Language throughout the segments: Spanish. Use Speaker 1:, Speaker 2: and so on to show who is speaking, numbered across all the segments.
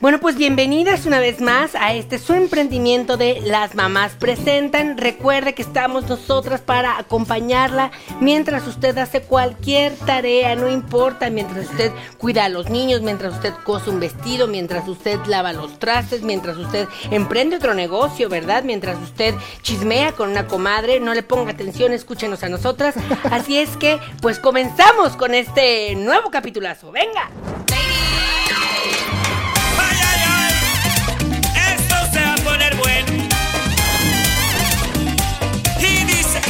Speaker 1: Bueno, pues bienvenidas una vez más a este su emprendimiento de Las Mamás Presentan. Recuerde que estamos nosotras para acompañarla mientras usted hace cualquier tarea, no importa, mientras usted cuida a los niños, mientras usted cose un vestido, mientras usted lava los trastes, mientras usted emprende otro negocio, ¿verdad? Mientras usted chismea con una comadre, no le ponga atención, escúchenos a nosotras. Así es que, pues comenzamos con este nuevo capitulazo. ¡Venga!
Speaker 2: ¡Ay, ay, ay! Esto se va a poner bueno. Y dice: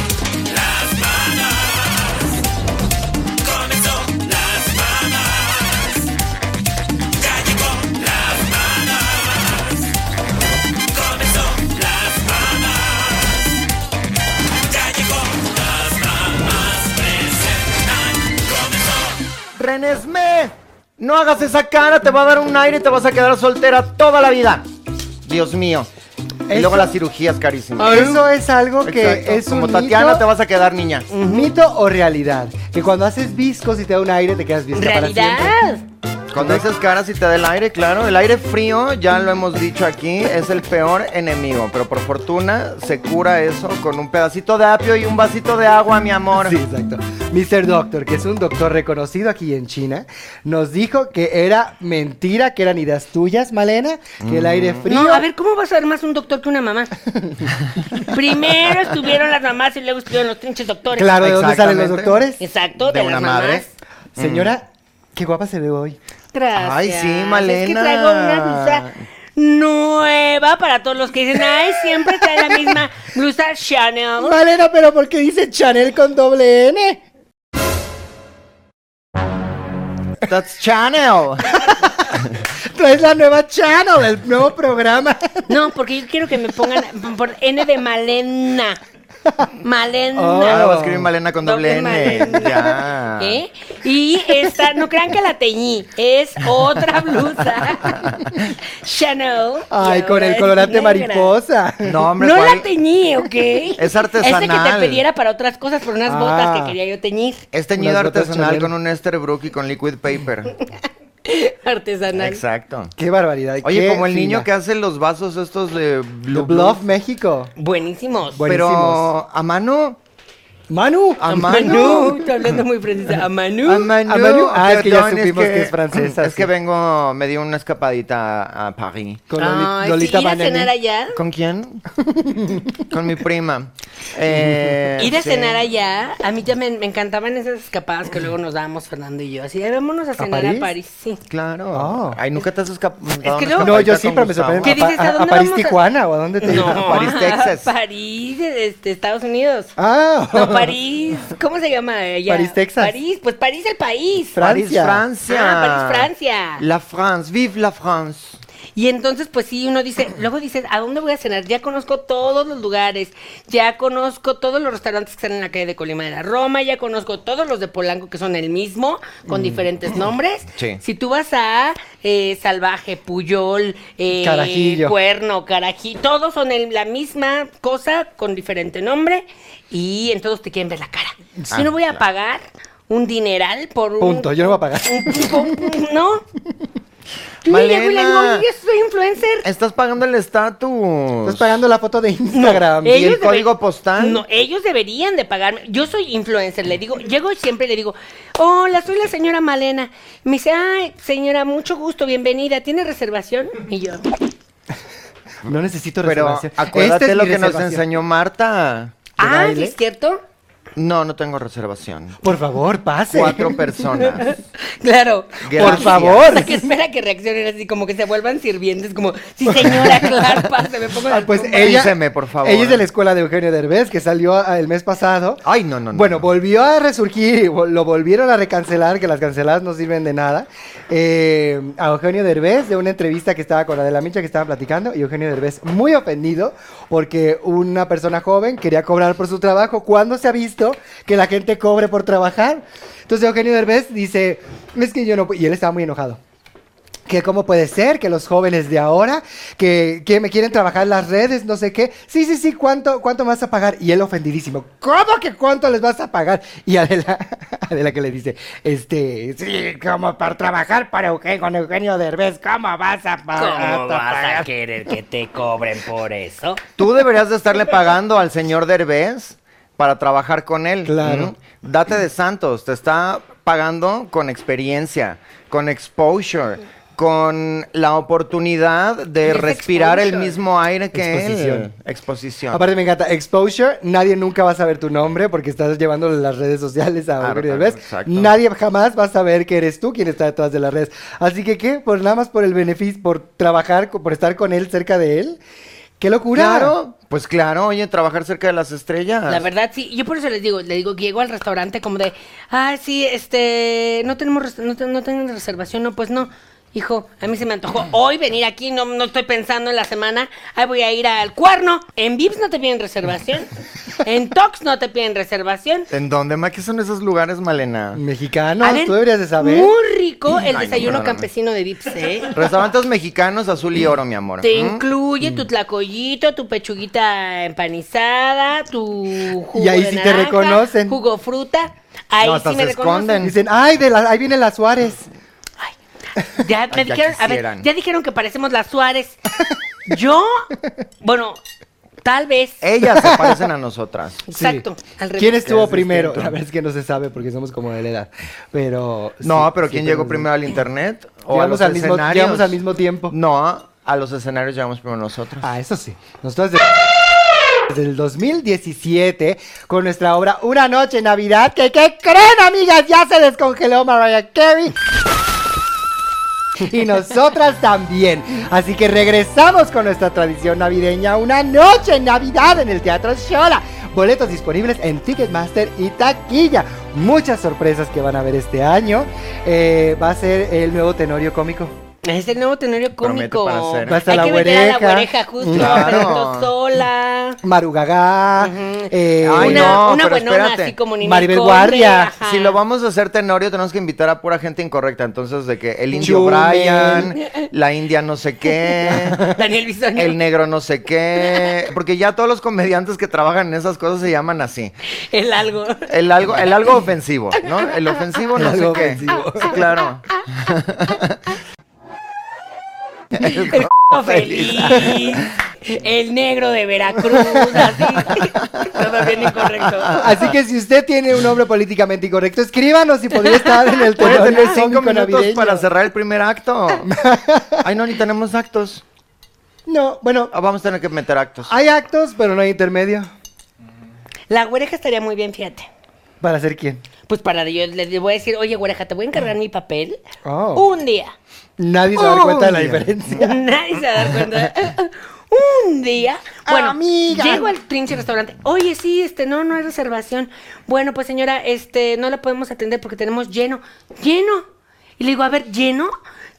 Speaker 2: Las mamas. Comenzó las mamas. Ya llegó las mamas. Comenzó las mamas. Ya llegó las mamas. Presentan. Comenzó.
Speaker 3: Renesme, no hagas esa cara, te va a dar un aire y te vas a quedar soltera toda la vida. Dios mío. Y
Speaker 4: Eso-
Speaker 3: luego las cirugías carísimas.
Speaker 4: Eso es algo que
Speaker 3: Exacto.
Speaker 4: es un
Speaker 3: Como
Speaker 4: mito,
Speaker 3: Tatiana te vas a quedar niña.
Speaker 4: mito o realidad. Que cuando haces viscos y te da un aire, te quedas visca para siempre.
Speaker 1: ¡Realidad!
Speaker 3: Cuando haces caras y te da el aire, claro, el aire frío, ya lo hemos dicho aquí, es el peor enemigo. Pero por fortuna se cura eso con un pedacito de apio y un vasito de agua, mi amor.
Speaker 4: Sí, exacto. Mr. Doctor, que es un doctor reconocido aquí en China, nos dijo que era mentira, que eran ideas tuyas, Malena, que el aire frío.
Speaker 1: No, a ver, ¿cómo vas a ver más un doctor que una mamá? Primero estuvieron las mamás y luego estuvieron los pinches doctores.
Speaker 4: Claro, ¿de dónde salen los
Speaker 3: Exactamente.
Speaker 4: doctores?
Speaker 1: Exacto, de,
Speaker 3: De
Speaker 1: las
Speaker 3: una madre.
Speaker 1: mamás.
Speaker 4: Señora, qué guapa se ve hoy.
Speaker 1: Gracias.
Speaker 3: Ay, sí,
Speaker 1: Es que
Speaker 3: Malena.
Speaker 1: traigo una blusa nueva para todos los que dicen, ay, siempre trae la misma blusa Chanel.
Speaker 4: Malena, pero ¿por qué dice Chanel con doble N?
Speaker 3: That's channel.
Speaker 4: Traes la nueva Chanel, el nuevo programa.
Speaker 1: No, porque yo quiero que me pongan por N de Malena. Malena.
Speaker 3: Ah,
Speaker 4: Oh.
Speaker 3: va a escribir Malena con doble N.
Speaker 1: Malena.
Speaker 3: Ya.
Speaker 1: ¿Eh? Y esta, no crean que la teñí, es otra blusa. Chanel.
Speaker 4: Ay,
Speaker 1: que
Speaker 4: con
Speaker 1: ahora
Speaker 4: el
Speaker 1: es
Speaker 4: colorante
Speaker 1: negra.
Speaker 4: mariposa.
Speaker 3: No, hombre,
Speaker 1: no
Speaker 3: ¿cuál?
Speaker 1: la teñí, ¿ok?
Speaker 3: Es
Speaker 1: Ese que te
Speaker 3: artesanal.
Speaker 1: pidiera para otras cosas, por unas
Speaker 4: Ah.
Speaker 1: botas que quería yo teñir.
Speaker 3: Es teñido
Speaker 4: Unas botas
Speaker 3: artesanal
Speaker 4: Chanel.
Speaker 3: con un Esther Brook y con liquid paper.
Speaker 1: Artesanal.
Speaker 3: Exacto.
Speaker 4: Qué barbaridad.
Speaker 3: Oye,
Speaker 4: qué
Speaker 3: como el niño que
Speaker 4: fina.
Speaker 3: hace los vasos estos de
Speaker 4: The
Speaker 3: Blue
Speaker 4: Bluff, México.
Speaker 1: Buenísimos.
Speaker 4: Bueno.
Speaker 3: Pero
Speaker 4: Buenísimos.
Speaker 3: a mano,
Speaker 4: Ah, Manu.
Speaker 3: A
Speaker 1: A
Speaker 3: Manu.
Speaker 1: Manu, está hablando muy precisa. A Manu.
Speaker 3: a mano.
Speaker 4: a mano. Ah, es que ya supimos que es francesa,
Speaker 3: Es
Speaker 4: sí.
Speaker 3: que vengo, me di una escapadita a, a París.
Speaker 4: Con Loli-
Speaker 1: Ay,
Speaker 4: Lolita
Speaker 1: sí, ir a
Speaker 4: Banani.
Speaker 1: cenar allá.
Speaker 3: ¿Con quién? Con mi prima. Eh,
Speaker 1: Ir a
Speaker 3: sí.
Speaker 1: cenar allá, a mí ya me, me encantaban esas escapadas que luego nos dábamos Fernando y yo. Así, "Ay, vámonos a cenar a
Speaker 4: París?
Speaker 1: París, sí.
Speaker 3: Claro.
Speaker 4: Ah.
Speaker 3: Ay, nunca te has escapado.
Speaker 1: que luego-
Speaker 4: No, yo sí, pero me
Speaker 1: ¿Qué
Speaker 4: sorprende.
Speaker 1: dices? ¿A
Speaker 4: ¿A, a
Speaker 1: dónde
Speaker 4: París,
Speaker 1: vamos a-
Speaker 4: Tijuana? ¿O a dónde te
Speaker 1: No,
Speaker 4: lleva?
Speaker 3: París, Texas.
Speaker 1: París, este, Estados Unidos.
Speaker 4: Ah,
Speaker 1: No, París, ¿cómo se llama allá?
Speaker 4: París, Texas.
Speaker 1: París, pues París el país.
Speaker 4: Fra-
Speaker 3: Francia.
Speaker 4: Francia.
Speaker 3: Francia.
Speaker 1: Ah, París, Francia.
Speaker 3: La France. Vive la France.
Speaker 1: Y entonces, pues sí, uno dice, luego dices, ¿a dónde voy a cenar? Ya conozco todos los lugares, ya conozco todos los restaurantes que están en la calle de Colima de la Roma, ya conozco todos los de Polanco que son el mismo, con diferentes nombres.
Speaker 3: Mm. Sí.
Speaker 1: Si tú vas a eh, Salvaje, Puyol, eh,
Speaker 4: Carajillo.
Speaker 1: Cuerno, Carajillo, todos son el- la misma cosa con diferente nombre y entonces te quieren ver la cara.
Speaker 3: Ah,
Speaker 1: yo no voy a
Speaker 3: claro.
Speaker 1: pagar un dineral por un...
Speaker 4: Punto, yo no voy a pagar.
Speaker 1: un- un- no. Yo le llego y le digo,
Speaker 3: Malena.
Speaker 1: "Oye, soy influencer.
Speaker 3: Estás pagando el estatus.
Speaker 4: Estás pagando la foto de
Speaker 1: No,
Speaker 4: Instagram.
Speaker 3: eh.
Speaker 1: ellos
Speaker 3: el código postal?
Speaker 1: No, ellos deberían de pagarme. Yo soy influencer, le digo, llego y siempre le digo, hola, soy la señora Malena. Me dice, ay, señora, mucho gusto, bienvenida, ¿tiene reservación? Y yo,
Speaker 4: No necesito
Speaker 3: Pero
Speaker 4: reservación.
Speaker 3: acuérdate
Speaker 4: Esta es
Speaker 3: lo
Speaker 4: mi
Speaker 3: que nos
Speaker 4: reservación.
Speaker 3: enseñó Marta.
Speaker 1: ah, ¿sí
Speaker 4: baile?
Speaker 1: ¿es cierto?
Speaker 3: No, no tengo reservación.
Speaker 4: Por favor, pase.
Speaker 3: Cuatro personas.
Speaker 1: Claro.
Speaker 4: Por
Speaker 3: Gracias.
Speaker 4: favor.
Speaker 1: O sea, que espera que reaccionen así, como que se vuelvan sirvientes, como, sí, señora, claro, pase, me pongo en
Speaker 4: Ah,
Speaker 1: el
Speaker 4: pues
Speaker 1: combo".
Speaker 4: ella,
Speaker 3: Díseme, por favor.
Speaker 4: ella es de la escuela de Eugenio Derbez, que salió ah, el mes pasado.
Speaker 3: Ay, no, no, no.
Speaker 4: Bueno,
Speaker 3: no.
Speaker 4: volvió a resurgir, vol- lo volvieron a recancelar, que las canceladas no sirven de nada. Eh, a Eugenio Derbez, de una entrevista que estaba con Adela Micha, que estaban platicando, y Eugenio Derbez muy ofendido porque una persona joven quería cobrar por su trabajo. ¿Cuándo se ha visto que la gente cobre por trabajar? Entonces Eugenio Derbez dice, es que yo no... pu-", Y él estaba muy enojado. que cómo puede ser que los jóvenes de ahora, que, que me quieren trabajar en las redes, no sé qué. Sí, sí, sí, ¿cuánto, cuánto me vas a pagar? Y él ofendidísimo, ¿cómo que cuánto les vas a pagar? Y Adela, Adela que le dice, este, sí, como para trabajar para Eugenio, con Eugenio Derbez, ¿cómo vas a pagar?
Speaker 5: ¿Cómo vas a querer que te cobren por eso?
Speaker 3: Tú deberías de estarle pagando al señor Derbez para trabajar con él.
Speaker 4: Claro.
Speaker 3: ¿Mm? Date de santos, te está pagando con experiencia, con exposure, con la oportunidad de
Speaker 1: Es
Speaker 3: respirar el
Speaker 1: exposure.
Speaker 3: mismo aire que él.
Speaker 4: Exposición.
Speaker 3: Exposición.
Speaker 4: Aparte me encanta, exposure, nadie nunca va a saber tu nombre porque estás llevándole las redes sociales a
Speaker 3: Ah,
Speaker 4: Eugenio
Speaker 3: ah,
Speaker 4: Derbez.
Speaker 3: exacto.
Speaker 4: Nadie jamás va a saber que eres tú quien está detrás de las redes. Así que qué, pues nada más por el beneficio, por trabajar, co- por estar con él, cerca de él. ¡Qué locura!
Speaker 3: Claro, pues claro, oye, trabajar cerca de las estrellas.
Speaker 4: Ah.
Speaker 1: La verdad, sí. Yo por eso les digo, le digo que llego al restaurante como de, ah, sí, este, no tenemos, res- no, te- no tienen reservación, no, pues no. Hijo, a mí se me antojó hoy venir aquí, no, no estoy pensando en la semana. Ahí voy a ir al cuerno. En Vips no te piden reservación. En Tox no te piden reservación.
Speaker 3: ¿En dónde, ma? ¿Qué son esos lugares, Malena?
Speaker 4: Mexicano,
Speaker 1: A ver,
Speaker 4: tú deberías de saber.
Speaker 1: Muy rico el
Speaker 3: no,
Speaker 1: desayuno
Speaker 3: perdóname.
Speaker 1: campesino de Vips, ¿eh?
Speaker 3: Restaurantes mexicanos azul y oro, mi amor.
Speaker 1: Te
Speaker 3: ¿Mm?
Speaker 1: incluye tu tlacoyito, tu pechuguita empanizada, tu jugo
Speaker 4: Y ahí
Speaker 1: de
Speaker 4: sí te
Speaker 1: naranja,
Speaker 4: reconocen.
Speaker 1: Jugo fruta. Ahí
Speaker 3: No,
Speaker 1: sí
Speaker 3: hasta
Speaker 1: me
Speaker 3: se
Speaker 1: reconocen.
Speaker 3: esconden.
Speaker 4: Dicen, ay, de la- ahí viene la Suárez.
Speaker 1: Ya me
Speaker 3: Ah, ya
Speaker 1: dijeron, a ver,
Speaker 3: quisieran.
Speaker 1: ya dijeron que parecemos las Suárez. Yo, bueno, tal vez.
Speaker 3: Ellas se parecen a nosotras.
Speaker 4: Sí.
Speaker 1: Exacto. Al revés.
Speaker 4: ¿Quién estuvo
Speaker 3: Eh, es
Speaker 4: primero?
Speaker 3: distinto.
Speaker 4: La verdad es que no se sabe porque somos como de la edad. Pero.
Speaker 3: No,
Speaker 4: sí,
Speaker 3: pero
Speaker 4: sí,
Speaker 3: ¿quién llegó
Speaker 4: sí.
Speaker 3: primero al internet? ¿O a
Speaker 4: Llegamos
Speaker 3: los
Speaker 4: al mismo-
Speaker 3: escenarios?
Speaker 4: llegamos al mismo tiempo.
Speaker 3: No, a los escenarios llegamos primero nosotros.
Speaker 4: Ah, eso sí. Nosotros de- desde el 2017 con nuestra obra Una noche en Navidad, que ¿qué creen, amigas? Ya se descongeló Mariah Carey. Y nosotras también. Así que regresamos con nuestra tradición navideña Una noche en Navidad en el Teatro Shola. Boletos disponibles en Ticketmaster y Taquilla. Muchas sorpresas que van a haber este año. Eh, va a ser el nuevo Tenorio cómico.
Speaker 1: Es el nuevo tenorio
Speaker 3: Promete
Speaker 1: cómico.
Speaker 3: para hacer.
Speaker 4: Va a estar
Speaker 1: Hay
Speaker 4: la
Speaker 1: que meter a la
Speaker 4: güereja.
Speaker 1: oreja justo.
Speaker 3: Claro.
Speaker 1: Pedrito Sola.
Speaker 4: Marugagá. eh,
Speaker 3: Ay,
Speaker 1: una
Speaker 3: no,
Speaker 1: una
Speaker 3: pero
Speaker 1: buenona
Speaker 3: espérate.
Speaker 1: así como Ninel
Speaker 4: Maribel
Speaker 1: Conde,
Speaker 4: Guardia.
Speaker 1: ajá.
Speaker 3: Si lo vamos a hacer tenorio, tenemos que invitar a pura gente incorrecta. Entonces, de que el indio
Speaker 4: Chumel.
Speaker 3: Brian, la india no sé qué,
Speaker 1: Daniel Bisoño.
Speaker 3: el
Speaker 1: El,
Speaker 3: negro no sé qué. Porque ya todos los comediantes que trabajan en esas cosas se llaman así.
Speaker 1: algo.
Speaker 3: El algo, el algo ofensivo, ¿no? El ofensivo no
Speaker 4: El
Speaker 3: sé
Speaker 4: algo
Speaker 3: qué.
Speaker 4: ofensivo.
Speaker 3: Sí, claro.
Speaker 1: El feliz. El negro de Veracruz. Así. Todo bien incorrecto.
Speaker 4: Así que si usted tiene un nombre políticamente incorrecto, escríbanos y podría estar en el
Speaker 3: Puedes
Speaker 4: teléfono
Speaker 3: tener cinco minutos para cerrar el primer acto. Ay, no, ni tenemos actos.
Speaker 4: No, bueno,
Speaker 3: Ah, Vamos a tener que meter actos.
Speaker 4: hay actos, pero no hay intermedio.
Speaker 1: La güereja estaría muy bien, fíjate.
Speaker 4: ¿Para ser quién?
Speaker 1: Pues para yo les voy a decir, oye, güereja, te voy a encargar mi papel
Speaker 4: Oh.
Speaker 1: un día.
Speaker 4: Nadie se va a dar cuenta de la
Speaker 3: Uy.
Speaker 4: diferencia.
Speaker 1: Nadie se va a dar cuenta. Un día. Bueno,
Speaker 4: Amiga.
Speaker 1: llego al trinche restaurante. Oye, sí, este, no, no hay reservación. Bueno, pues señora, este, no la podemos atender porque tenemos lleno. ¿Lleno? Y le digo, a ver, ¿lleno?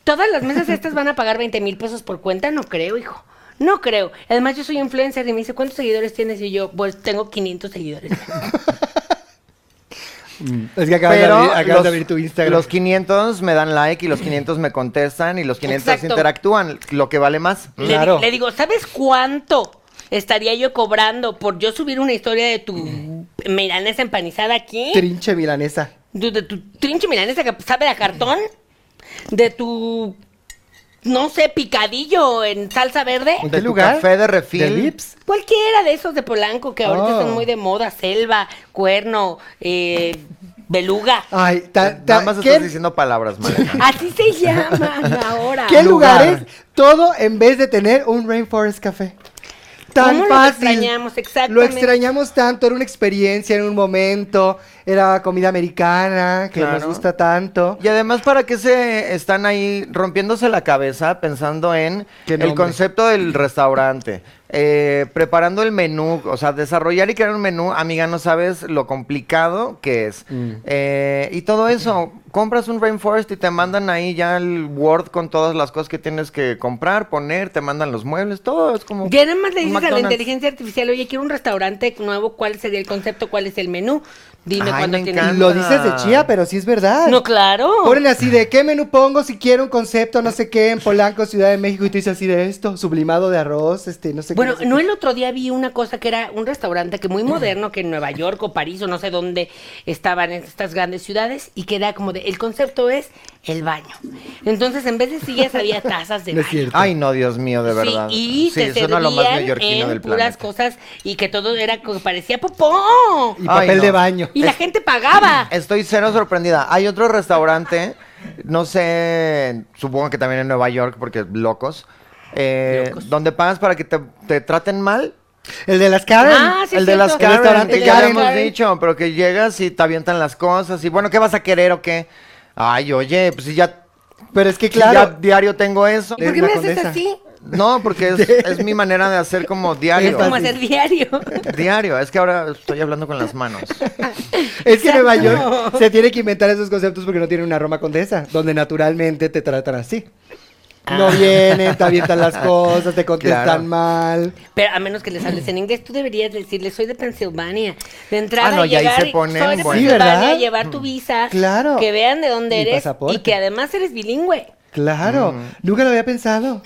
Speaker 1: Todas las mesas estas van a pagar 20 mil pesos por cuenta, no creo, hijo. No creo. Además, yo soy influencer y me dice, ¿cuántos seguidores tienes? Y yo, pues tengo 500 seguidores.
Speaker 4: Es que acabas,
Speaker 3: Pero
Speaker 4: de, abrir, acabas
Speaker 3: los,
Speaker 4: de abrir tu Instagram.
Speaker 3: los 500 me dan like y los 500 me contestan y los 500
Speaker 1: Exacto.
Speaker 3: interactúan, lo que vale más.
Speaker 1: Le,
Speaker 4: Claro.
Speaker 1: di- le digo, ¿sabes cuánto estaría yo cobrando por yo subir una historia de tu milanesa empanizada aquí?
Speaker 4: Trinche milanesa.
Speaker 1: de, de tu trinche milanesa que sabe a cartón, de tu, no sé, picadillo en salsa verde.
Speaker 4: ¿En
Speaker 3: De
Speaker 4: qué
Speaker 3: tu
Speaker 4: lugar?
Speaker 3: café de refil.
Speaker 4: De Vips.
Speaker 1: Cualquiera de esos de Polanco que ahorita
Speaker 4: Oh.
Speaker 1: están muy de moda, selva, cuerno, eh, beluga.
Speaker 4: Ay, ta-
Speaker 3: Nada
Speaker 4: ta-
Speaker 3: más
Speaker 4: ¿qué,
Speaker 3: estás diciendo palabras, Malena.
Speaker 1: Así se llaman ahora.
Speaker 4: qué
Speaker 3: Lugar.
Speaker 4: lugares? Todo en vez de tener un Rainforest Café. Tan
Speaker 1: ¿Cómo lo
Speaker 4: fácil.
Speaker 1: extrañamos? Exactamente.
Speaker 4: Lo extrañamos tanto, era una experiencia en un momento, era comida americana que nos
Speaker 3: Claro.
Speaker 4: gusta tanto.
Speaker 3: Y además, ¿para qué se están ahí rompiéndose la cabeza pensando en
Speaker 4: ¿Qué
Speaker 3: el
Speaker 4: nombre?
Speaker 3: concepto del restaurante? Eh, preparando el menú, o sea, desarrollar y crear un menú, amiga, no sabes lo complicado que es.
Speaker 4: Mm.
Speaker 3: Eh, y todo eso, compras un Rainforest y te mandan ahí ya el Word con todas las cosas que tienes que comprar, poner, te mandan los muebles, todo es como...
Speaker 1: Ya nada más le
Speaker 3: un
Speaker 1: dices a la
Speaker 3: McDonald's.
Speaker 1: inteligencia artificial, oye, quiero un restaurante nuevo, ¿cuál sería el concepto? ¿Cuál es el menú? Dime
Speaker 3: Ay,
Speaker 1: cuándo
Speaker 3: me
Speaker 1: tiene.
Speaker 3: encanta.
Speaker 4: Lo dices de chía, pero sí es verdad.
Speaker 1: No, claro.
Speaker 4: Ponen así de qué menú pongo si quiero un concepto, no sé qué, en Polanco, Ciudad de México, y tú dices así de esto, sublimado de arroz, este, no sé
Speaker 1: Bueno,
Speaker 4: qué.
Speaker 1: no el otro día vi una cosa que era un restaurante que muy moderno, que en Nueva York o París o no sé dónde estaban en estas grandes ciudades y que era como de, el concepto es el baño. Entonces, en vez de sillas había tazas de
Speaker 4: No
Speaker 1: baño.
Speaker 4: es cierto.
Speaker 3: Ay, no, Dios mío, de verdad.
Speaker 1: Sí, y te servían en puras cosas y que todo era como parecía popó.
Speaker 4: Y papel
Speaker 3: Ay, no.
Speaker 4: de baño.
Speaker 1: Y la gente pagaba.
Speaker 3: Estoy cero sorprendida. Hay otro restaurante, no sé, supongo que también en Nueva York, porque locos, eh,
Speaker 1: Locos.
Speaker 3: donde pagas para que te, te traten mal.
Speaker 4: El de las Karen.
Speaker 1: Ah, sí,
Speaker 3: el de
Speaker 1: cierto.
Speaker 3: las
Speaker 1: El
Speaker 3: Karen,
Speaker 4: restaurante
Speaker 3: que ya
Speaker 4: Karen.
Speaker 3: hemos
Speaker 1: Karen.
Speaker 3: dicho, pero que llegas y te avientan las cosas y bueno, ¿qué vas a querer o qué? Ay, oye, pues si ya,
Speaker 4: Pero es que
Speaker 3: si ya
Speaker 4: claro.
Speaker 3: diario tengo eso.
Speaker 1: ¿Y por qué
Speaker 4: la
Speaker 1: me haces
Speaker 4: condesa.
Speaker 1: así?
Speaker 3: No, porque es, es mi manera de hacer como
Speaker 1: Es
Speaker 3: diario.
Speaker 1: como hacer diario.
Speaker 3: Diario, es que ahora estoy hablando con las manos.
Speaker 4: Es que Nueva
Speaker 1: Exacto.
Speaker 4: York se tiene que inventar esos conceptos porque no tiene una Roma Condesa, donde naturalmente te tratan así. No
Speaker 1: Ah.
Speaker 4: vienen, te avientan las cosas, te contestan
Speaker 3: Claro.
Speaker 4: mal.
Speaker 1: Pero a menos que les hables en inglés, tú deberías decirle, soy de Pensilvania. De entrada,
Speaker 3: Ah, no, y ahí
Speaker 1: llegar,
Speaker 3: se ponen
Speaker 1: soy de
Speaker 3: buenos.
Speaker 4: Sí,
Speaker 1: Pensilvania,
Speaker 4: ¿verdad?
Speaker 1: llevar tu
Speaker 3: Mm,
Speaker 1: visa,
Speaker 4: Claro.
Speaker 1: que vean de dónde
Speaker 4: Y
Speaker 1: eres
Speaker 4: pasaporte.
Speaker 1: y que además eres bilingüe.
Speaker 4: Claro,
Speaker 1: Mm.
Speaker 4: nunca lo había pensado.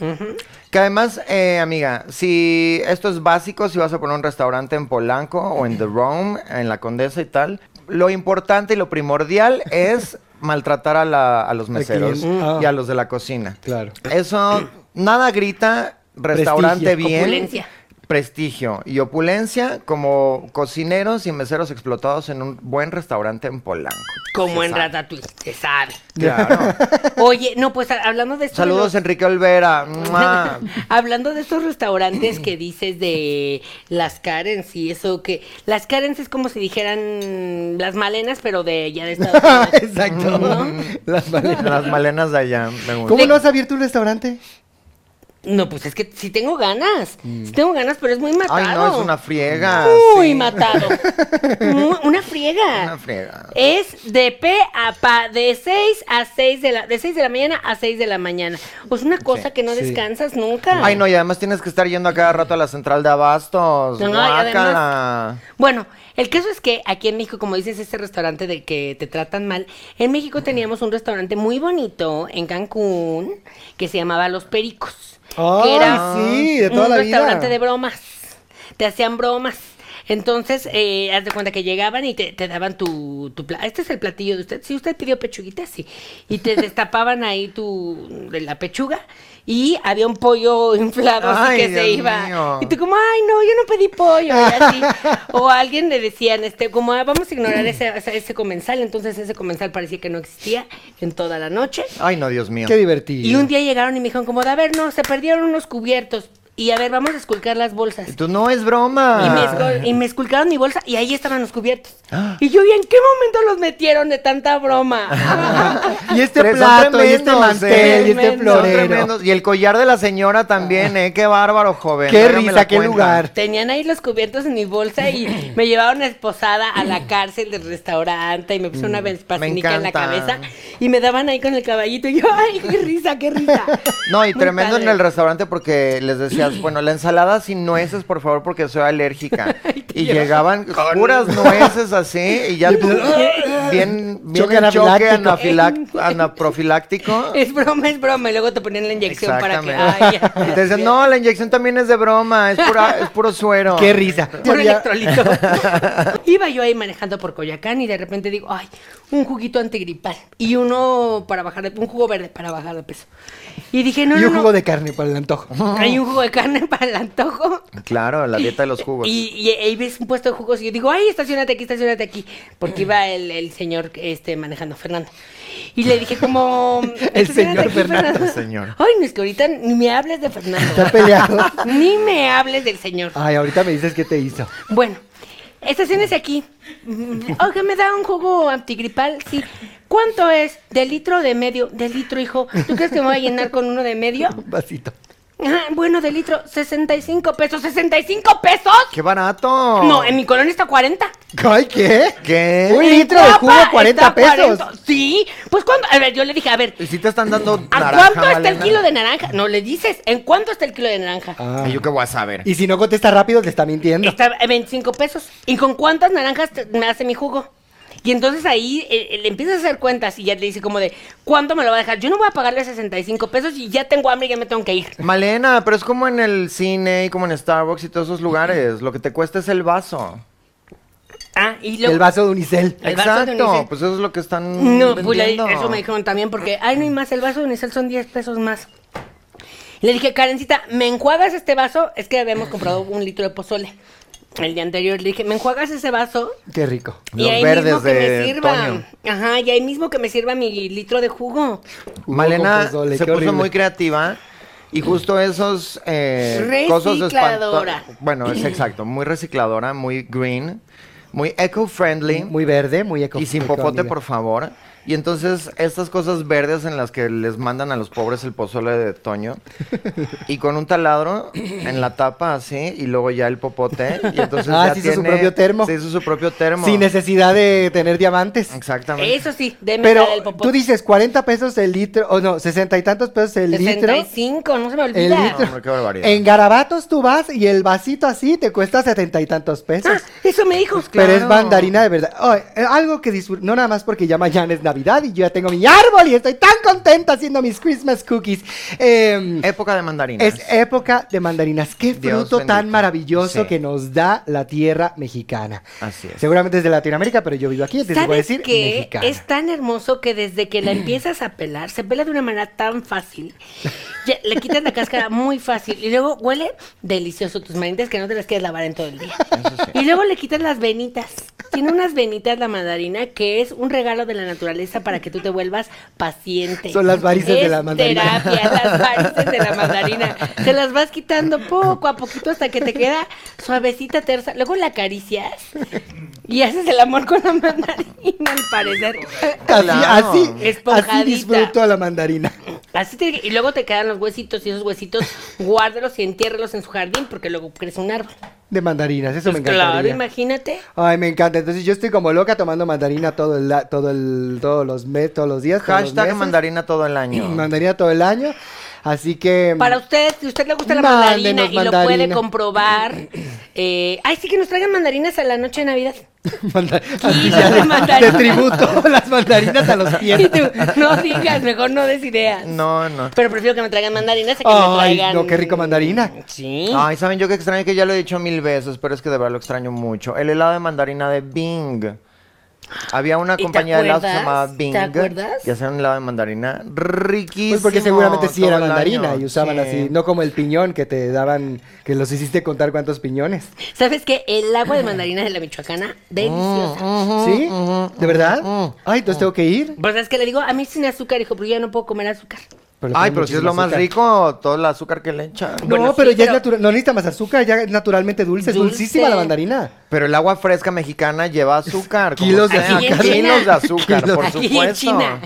Speaker 3: Que además, eh, amiga, si esto es básico, si vas a poner un restaurante en Polanco o en The Rome, en la Condesa y tal, lo importante y lo primordial es maltratar a, la- a los meseros
Speaker 4: cliente. Ah.
Speaker 3: y a los de la cocina.
Speaker 4: Claro.
Speaker 3: Eso, nada grita restaurante
Speaker 4: Prestigio.
Speaker 3: bien.
Speaker 1: Opulencia.
Speaker 3: Prestigio y opulencia como cocineros y meseros explotados en un buen restaurante en Polanco.
Speaker 1: Como
Speaker 3: Se
Speaker 1: en
Speaker 3: sabe.
Speaker 1: Ratatouille, se sabe.
Speaker 3: Claro.
Speaker 1: Oye, no, pues a- hablando de esto de
Speaker 3: Saludos,
Speaker 1: los-
Speaker 3: Enrique Olvera. ¡Mua!
Speaker 1: Hablando de estos restaurantes que dices de las Karens y eso que las Karens es como si dijeran las malenas pero de ya de Estados Unidos.
Speaker 4: Exacto.
Speaker 1: Mm.
Speaker 4: Las malenas.
Speaker 3: Las malenas de allá. Me gustan.
Speaker 4: ¿Cómo no has abierto un restaurante?
Speaker 1: No, pues es que sí tengo ganas. Sí tengo ganas, pero es muy matado.
Speaker 3: Mm. Ay, no, es una friega.
Speaker 1: Muy
Speaker 3: sí.
Speaker 1: matado. Muy- una friega.
Speaker 3: Una friega.
Speaker 1: Es de P a pa, de 6 a 6 de la, de 6 de la mañana a 6 de la mañana. Pues una cosa que no
Speaker 4: sí.
Speaker 1: descansas nunca.
Speaker 3: Ay, no, y además tienes que estar yendo a cada rato a la central de abastos.
Speaker 1: No,
Speaker 3: No,
Speaker 1: no, y Bueno, el caso es que aquí en México, como dices, este restaurante de que te tratan mal, en México teníamos un restaurante muy bonito en Cancún que se llamaba Los Pericos.
Speaker 4: Ay,
Speaker 1: que era
Speaker 4: sí, de toda
Speaker 1: un
Speaker 4: la vida.
Speaker 1: restaurante de bromas. Te hacían bromas. Entonces, eh, haz de cuenta que llegaban y te, te daban tu, tu pla- Este es el platillo de usted. Si usted pidió pechuguita, sí. Y te destapaban ahí tu de la pechuga y había un pollo inflado así
Speaker 3: Ay,
Speaker 1: que se
Speaker 3: Dios
Speaker 1: iba.
Speaker 3: mío.
Speaker 1: Y tú como, ay, no, yo no pedí pollo. y así. O a alguien le decían, este, como, "Ah, vamos a ignorar ese, ese, ese comensal. Entonces ese comensal parecía que no existía en toda la noche.
Speaker 3: Ay, no, Dios mío.
Speaker 4: Qué divertido.
Speaker 1: Y un día llegaron y me dijeron, como, de, a ver, no, se perdieron unos cubiertos. Y a ver, vamos a esculcar las bolsas.
Speaker 3: Tú no es
Speaker 1: Y me,
Speaker 3: broma.
Speaker 1: escul- y me esculcaron mi bolsa y ahí estaban los cubiertos. Y yo, ¿y en qué momento los metieron de tanta broma?
Speaker 4: Y este
Speaker 3: Tres- son
Speaker 4: plato, y este
Speaker 3: tremendos,
Speaker 4: mantel,
Speaker 3: ¿eh?
Speaker 4: y este
Speaker 1: Tremendos.
Speaker 3: Son
Speaker 4: florero.
Speaker 3: tremendos. Y el collar de la señora también, ¿eh? Qué bárbaro, joven.
Speaker 4: Qué
Speaker 3: Hágame la
Speaker 4: risa, qué
Speaker 3: cuenta.
Speaker 4: lugar.
Speaker 1: Tenían ahí los cubiertos en mi bolsa y me llevaron esposada a la cárcel del restaurante y me pusieron una vespacinica en la
Speaker 3: Mm, encanta.
Speaker 1: cabeza y me daban ahí con el caballito y yo, ¡ay, qué risa, qué risa!
Speaker 3: No, y
Speaker 1: Muy
Speaker 3: tremendo en
Speaker 1: padre.
Speaker 3: el restaurante porque les decías, bueno, la ensalada sin nueces, por favor, porque soy alérgica. y llegaban puras nueces así, y ya tú, bien, bien
Speaker 4: "Ah, Choque
Speaker 3: en choque
Speaker 4: anafiláctico.
Speaker 3: anafilac- anaprofiláctico.
Speaker 1: Es broma, es broma. Y luego te ponían la inyección para que...
Speaker 3: Exactamente.
Speaker 1: Ay, ya.
Speaker 3: Y te decían, no, la inyección también es de broma, es, pura, es puro suero.
Speaker 4: Qué risa.
Speaker 1: Por
Speaker 4: Ya-
Speaker 1: electrolito. Iba yo ahí manejando por Coyacán y de repente digo, ay, un juguito antigripal y uno para bajar de, un jugo verde para bajar de peso. Y dije, no,
Speaker 4: y
Speaker 1: no,
Speaker 4: un
Speaker 1: no,
Speaker 4: jugo de carne para el antojo.
Speaker 1: hay un jugo de carne para el antojo.
Speaker 3: Claro, la dieta de los jugos.
Speaker 1: Y, y ahí ves un puesto de jugos y yo digo, ay, estacionate aquí, estacionate aquí.
Speaker 4: Mm.
Speaker 1: Porque iba el, el señor este, manejando, Fernando. Y le dije como... "Estacionate
Speaker 4: señor Fernando".
Speaker 3: El señor.
Speaker 1: Ay, no, es que ahorita ni me hables de
Speaker 4: Está
Speaker 1: Fernando.
Speaker 4: peleado. Ah.
Speaker 1: ni me hables del señor.
Speaker 4: Ay, ahorita me dices qué te hizo.
Speaker 1: Bueno, estaciones aquí. Mm, Oiga, me da un jugo antigripal, sí. ¿Cuánto es? ¿De litro o de medio? De litro, hijo. ¿Tú crees que me voy a llenar con uno de medio?
Speaker 4: Un vasito.
Speaker 1: Ah, bueno, de litro, 65 pesos. ¿65 pesos?
Speaker 3: ¡Qué barato!
Speaker 1: No, en mi colonia está 40.
Speaker 4: Ay, ¿qué?
Speaker 3: ¿Qué?
Speaker 4: Un
Speaker 1: En
Speaker 4: litro de
Speaker 1: Cuapa
Speaker 4: jugo,
Speaker 1: está
Speaker 4: 40 pesos.
Speaker 1: 40. Sí, pues cuando. A ver, yo le dije, a ver,
Speaker 3: ¿Y si te están dando
Speaker 1: ¿a
Speaker 3: naranja,
Speaker 1: cuánto está el
Speaker 3: Malena?
Speaker 1: kilo de naranja? No le dices, ¿en cuánto está el kilo de naranja?
Speaker 4: Ah.
Speaker 3: Ay, yo qué voy a saber.
Speaker 4: Y si no contesta rápido, te está mintiendo.
Speaker 1: Está a 25 pesos. ¿Y con cuántas naranjas te- me hace mi jugo? Y entonces ahí eh, le empiezas a hacer cuentas y ya le dice como de, ¿cuánto me lo va a dejar? Yo no voy a pagarle 65 pesos y ya tengo hambre y ya me tengo que ir.
Speaker 3: Malena, pero es como en el cine y como en Starbucks y todos esos lugares. Lo que te cuesta es el vaso.
Speaker 1: Ah, y luego...
Speaker 4: El vaso de unicel.
Speaker 1: El vaso de
Speaker 3: Exacto,
Speaker 1: unicel.
Speaker 3: pues eso es lo que están
Speaker 1: No, pues la-
Speaker 3: vendiendo.
Speaker 1: eso me dijeron también porque, ay, no hay más, el vaso de unicel son 10 pesos más. Le dije, Karencita, ¿me enjuagas este vaso? Es que habíamos comprado un litro de pozole el día anterior. Le dije, ¿me enjuagas ese vaso?
Speaker 4: Qué rico.
Speaker 1: y
Speaker 3: Los
Speaker 1: ahí mismo
Speaker 3: verdes
Speaker 1: que me
Speaker 3: de
Speaker 1: sirva.
Speaker 3: Toño.
Speaker 1: Ajá, y ahí mismo que me sirva mi litro de jugo.
Speaker 4: Jugo
Speaker 3: Malena
Speaker 4: con pozole,
Speaker 3: se
Speaker 4: qué
Speaker 3: puso
Speaker 4: horrible.
Speaker 3: muy creativa y justo esos eh, cosas de espanto-
Speaker 1: Recicladora.
Speaker 3: Bueno, es exacto, muy recicladora, muy green, muy eco-friendly
Speaker 4: Muy verde, muy eco.
Speaker 3: y sin popote,
Speaker 4: económica.
Speaker 3: por favor. Y entonces estas cosas verdes en las que les mandan a los pobres el pozole de Toño y con un taladro en la tapa así y luego ya el popote y entonces
Speaker 4: Ah,
Speaker 3: ya
Speaker 4: se hizo su
Speaker 3: tiene-
Speaker 4: propio termo.
Speaker 3: Se hizo su propio termo.
Speaker 4: Sin necesidad de tener diamantes.
Speaker 3: Exactamente.
Speaker 1: Eso sí, deme
Speaker 4: Pero
Speaker 1: la del popote.
Speaker 4: tú dices 40 pesos el litro, o no, 60 y tantos pesos el litro.
Speaker 1: 65, no se me
Speaker 4: El
Speaker 1: olvida.
Speaker 4: litro.
Speaker 3: No, hombre, qué barbaridad.
Speaker 4: en garabatos tú vas y el vasito así te cuesta setenta y tantos pesos.
Speaker 1: Ah, eso me dijo.
Speaker 4: Pero es
Speaker 3: claro.
Speaker 4: mandarina de verdad. Oh, eh, algo que disfruto, no nada más porque ya mañana es Navidad y yo ya tengo mi árbol y estoy tan contenta haciendo mis Christmas cookies. Em,
Speaker 3: Época de mandarinas.
Speaker 4: es eh, época de mandarinas. Qué
Speaker 3: Dios
Speaker 4: fruto tan
Speaker 3: bendito.
Speaker 4: maravilloso
Speaker 3: Sí.
Speaker 4: que nos da la tierra mexicana.
Speaker 3: Así es.
Speaker 4: Seguramente es de Latinoamérica, pero yo vivo aquí, entonces voy a
Speaker 1: ¿Sabes
Speaker 4: decir
Speaker 1: qué?
Speaker 4: mexicana.
Speaker 1: Es tan hermoso que desde que la empiezas a pelar, se pela de una manera tan fácil. Ya, le quitas la cáscara muy fácil. Y luego huele delicioso tus manitas que no te las quieres lavar en todo el día. Y luego le quitas las venitas. Tiene unas venitas la mandarina que es un regalo de la naturaleza para que tú te vuelvas paciente.
Speaker 4: Son las varices de
Speaker 1: Es
Speaker 4: la mandarina.
Speaker 1: terapia, las varices de la mandarina. Te las vas quitando poco a poquito hasta que te queda suavecita, tersa. Luego la acaricias y haces el amor con la mandarina, al parecer.
Speaker 4: Así,
Speaker 3: Claro.
Speaker 4: así,
Speaker 1: Esponjadita.
Speaker 4: así disfruto a la mandarina.
Speaker 1: Así tiene que- y luego te quedan los huesitos y esos huesitos guárdalos y entiérrelos en su jardín porque luego crece un árbol.
Speaker 4: De mandarinas, eso me
Speaker 1: Pues claro,
Speaker 4: encantaría.
Speaker 1: imagínate.
Speaker 4: Ay, me encanta. Entonces yo estoy como loca tomando mandarina todo el, la- todo el, todos los meses, todos los días. todos los
Speaker 3: Hashtag
Speaker 4: meses.
Speaker 3: mandarina todo el año.
Speaker 4: Mandarina todo el año. Así que.
Speaker 1: Para usted, si a usted le gusta la mandarina
Speaker 4: Mándenos
Speaker 1: y lo puede
Speaker 4: mandarina.
Speaker 1: comprobar. Eh, ay, sí que nos traigan mandarinas a la noche de Navidad.
Speaker 4: Manda- así
Speaker 1: Sí,
Speaker 4: ya
Speaker 1: de
Speaker 4: de,
Speaker 1: mandarina.
Speaker 4: de tributo las mandarinas a los pies.
Speaker 1: Y tú, no digas, mejor no des ideas.
Speaker 3: No, no.
Speaker 1: Pero prefiero que me traigan mandarinas a que me
Speaker 4: Ay,
Speaker 1: traigan.
Speaker 4: no, qué rico mandarina.
Speaker 1: Sí.
Speaker 3: Ay, saben yo que extraño que ya lo he dicho mil veces, pero es que de verdad lo extraño mucho. El helado de mandarina de Bing. Había una
Speaker 1: ¿Y te
Speaker 3: compañía de helados que se llamaba
Speaker 1: acuerdas? ¿Te
Speaker 3: Bing.
Speaker 1: acuerdas?
Speaker 3: Y hacían helado de mandarina riquísimo.
Speaker 4: Pues porque seguramente sí
Speaker 3: todo
Speaker 4: era
Speaker 3: el
Speaker 4: mandarina
Speaker 3: año.
Speaker 4: y usaban
Speaker 3: Sí.
Speaker 4: así, no como el piñón que te daban, que los hiciste contar cuántos piñones.
Speaker 1: ¿Sabes qué? El agua de mandarina de la Michoacana, deliciosa.
Speaker 4: ¿Sí? ¿De verdad? Ay, entonces tengo que ir.
Speaker 1: Pues es que le digo, a mí sin azúcar, hijo, porque yo ya no puedo comer azúcar.
Speaker 4: le
Speaker 3: Ay,
Speaker 4: ponen
Speaker 3: pero si es
Speaker 4: muchísimo
Speaker 3: lo más
Speaker 4: azúcar.
Speaker 3: rico, todo el azúcar que le echan.
Speaker 4: No,
Speaker 1: Bueno, sí,
Speaker 4: pero ya
Speaker 1: pero-
Speaker 4: es natural, no necesita más azúcar, ya es naturalmente dulce, es
Speaker 1: Dulce.
Speaker 4: dulcísima la mandarina.
Speaker 3: Pero el agua fresca mexicana lleva azúcar. como
Speaker 4: Kilos de
Speaker 3: sea,
Speaker 1: Aquí en
Speaker 3: kilos
Speaker 1: China.
Speaker 3: de azúcar,
Speaker 4: Kilos.
Speaker 3: por
Speaker 1: Aquí
Speaker 3: supuesto.
Speaker 1: en China.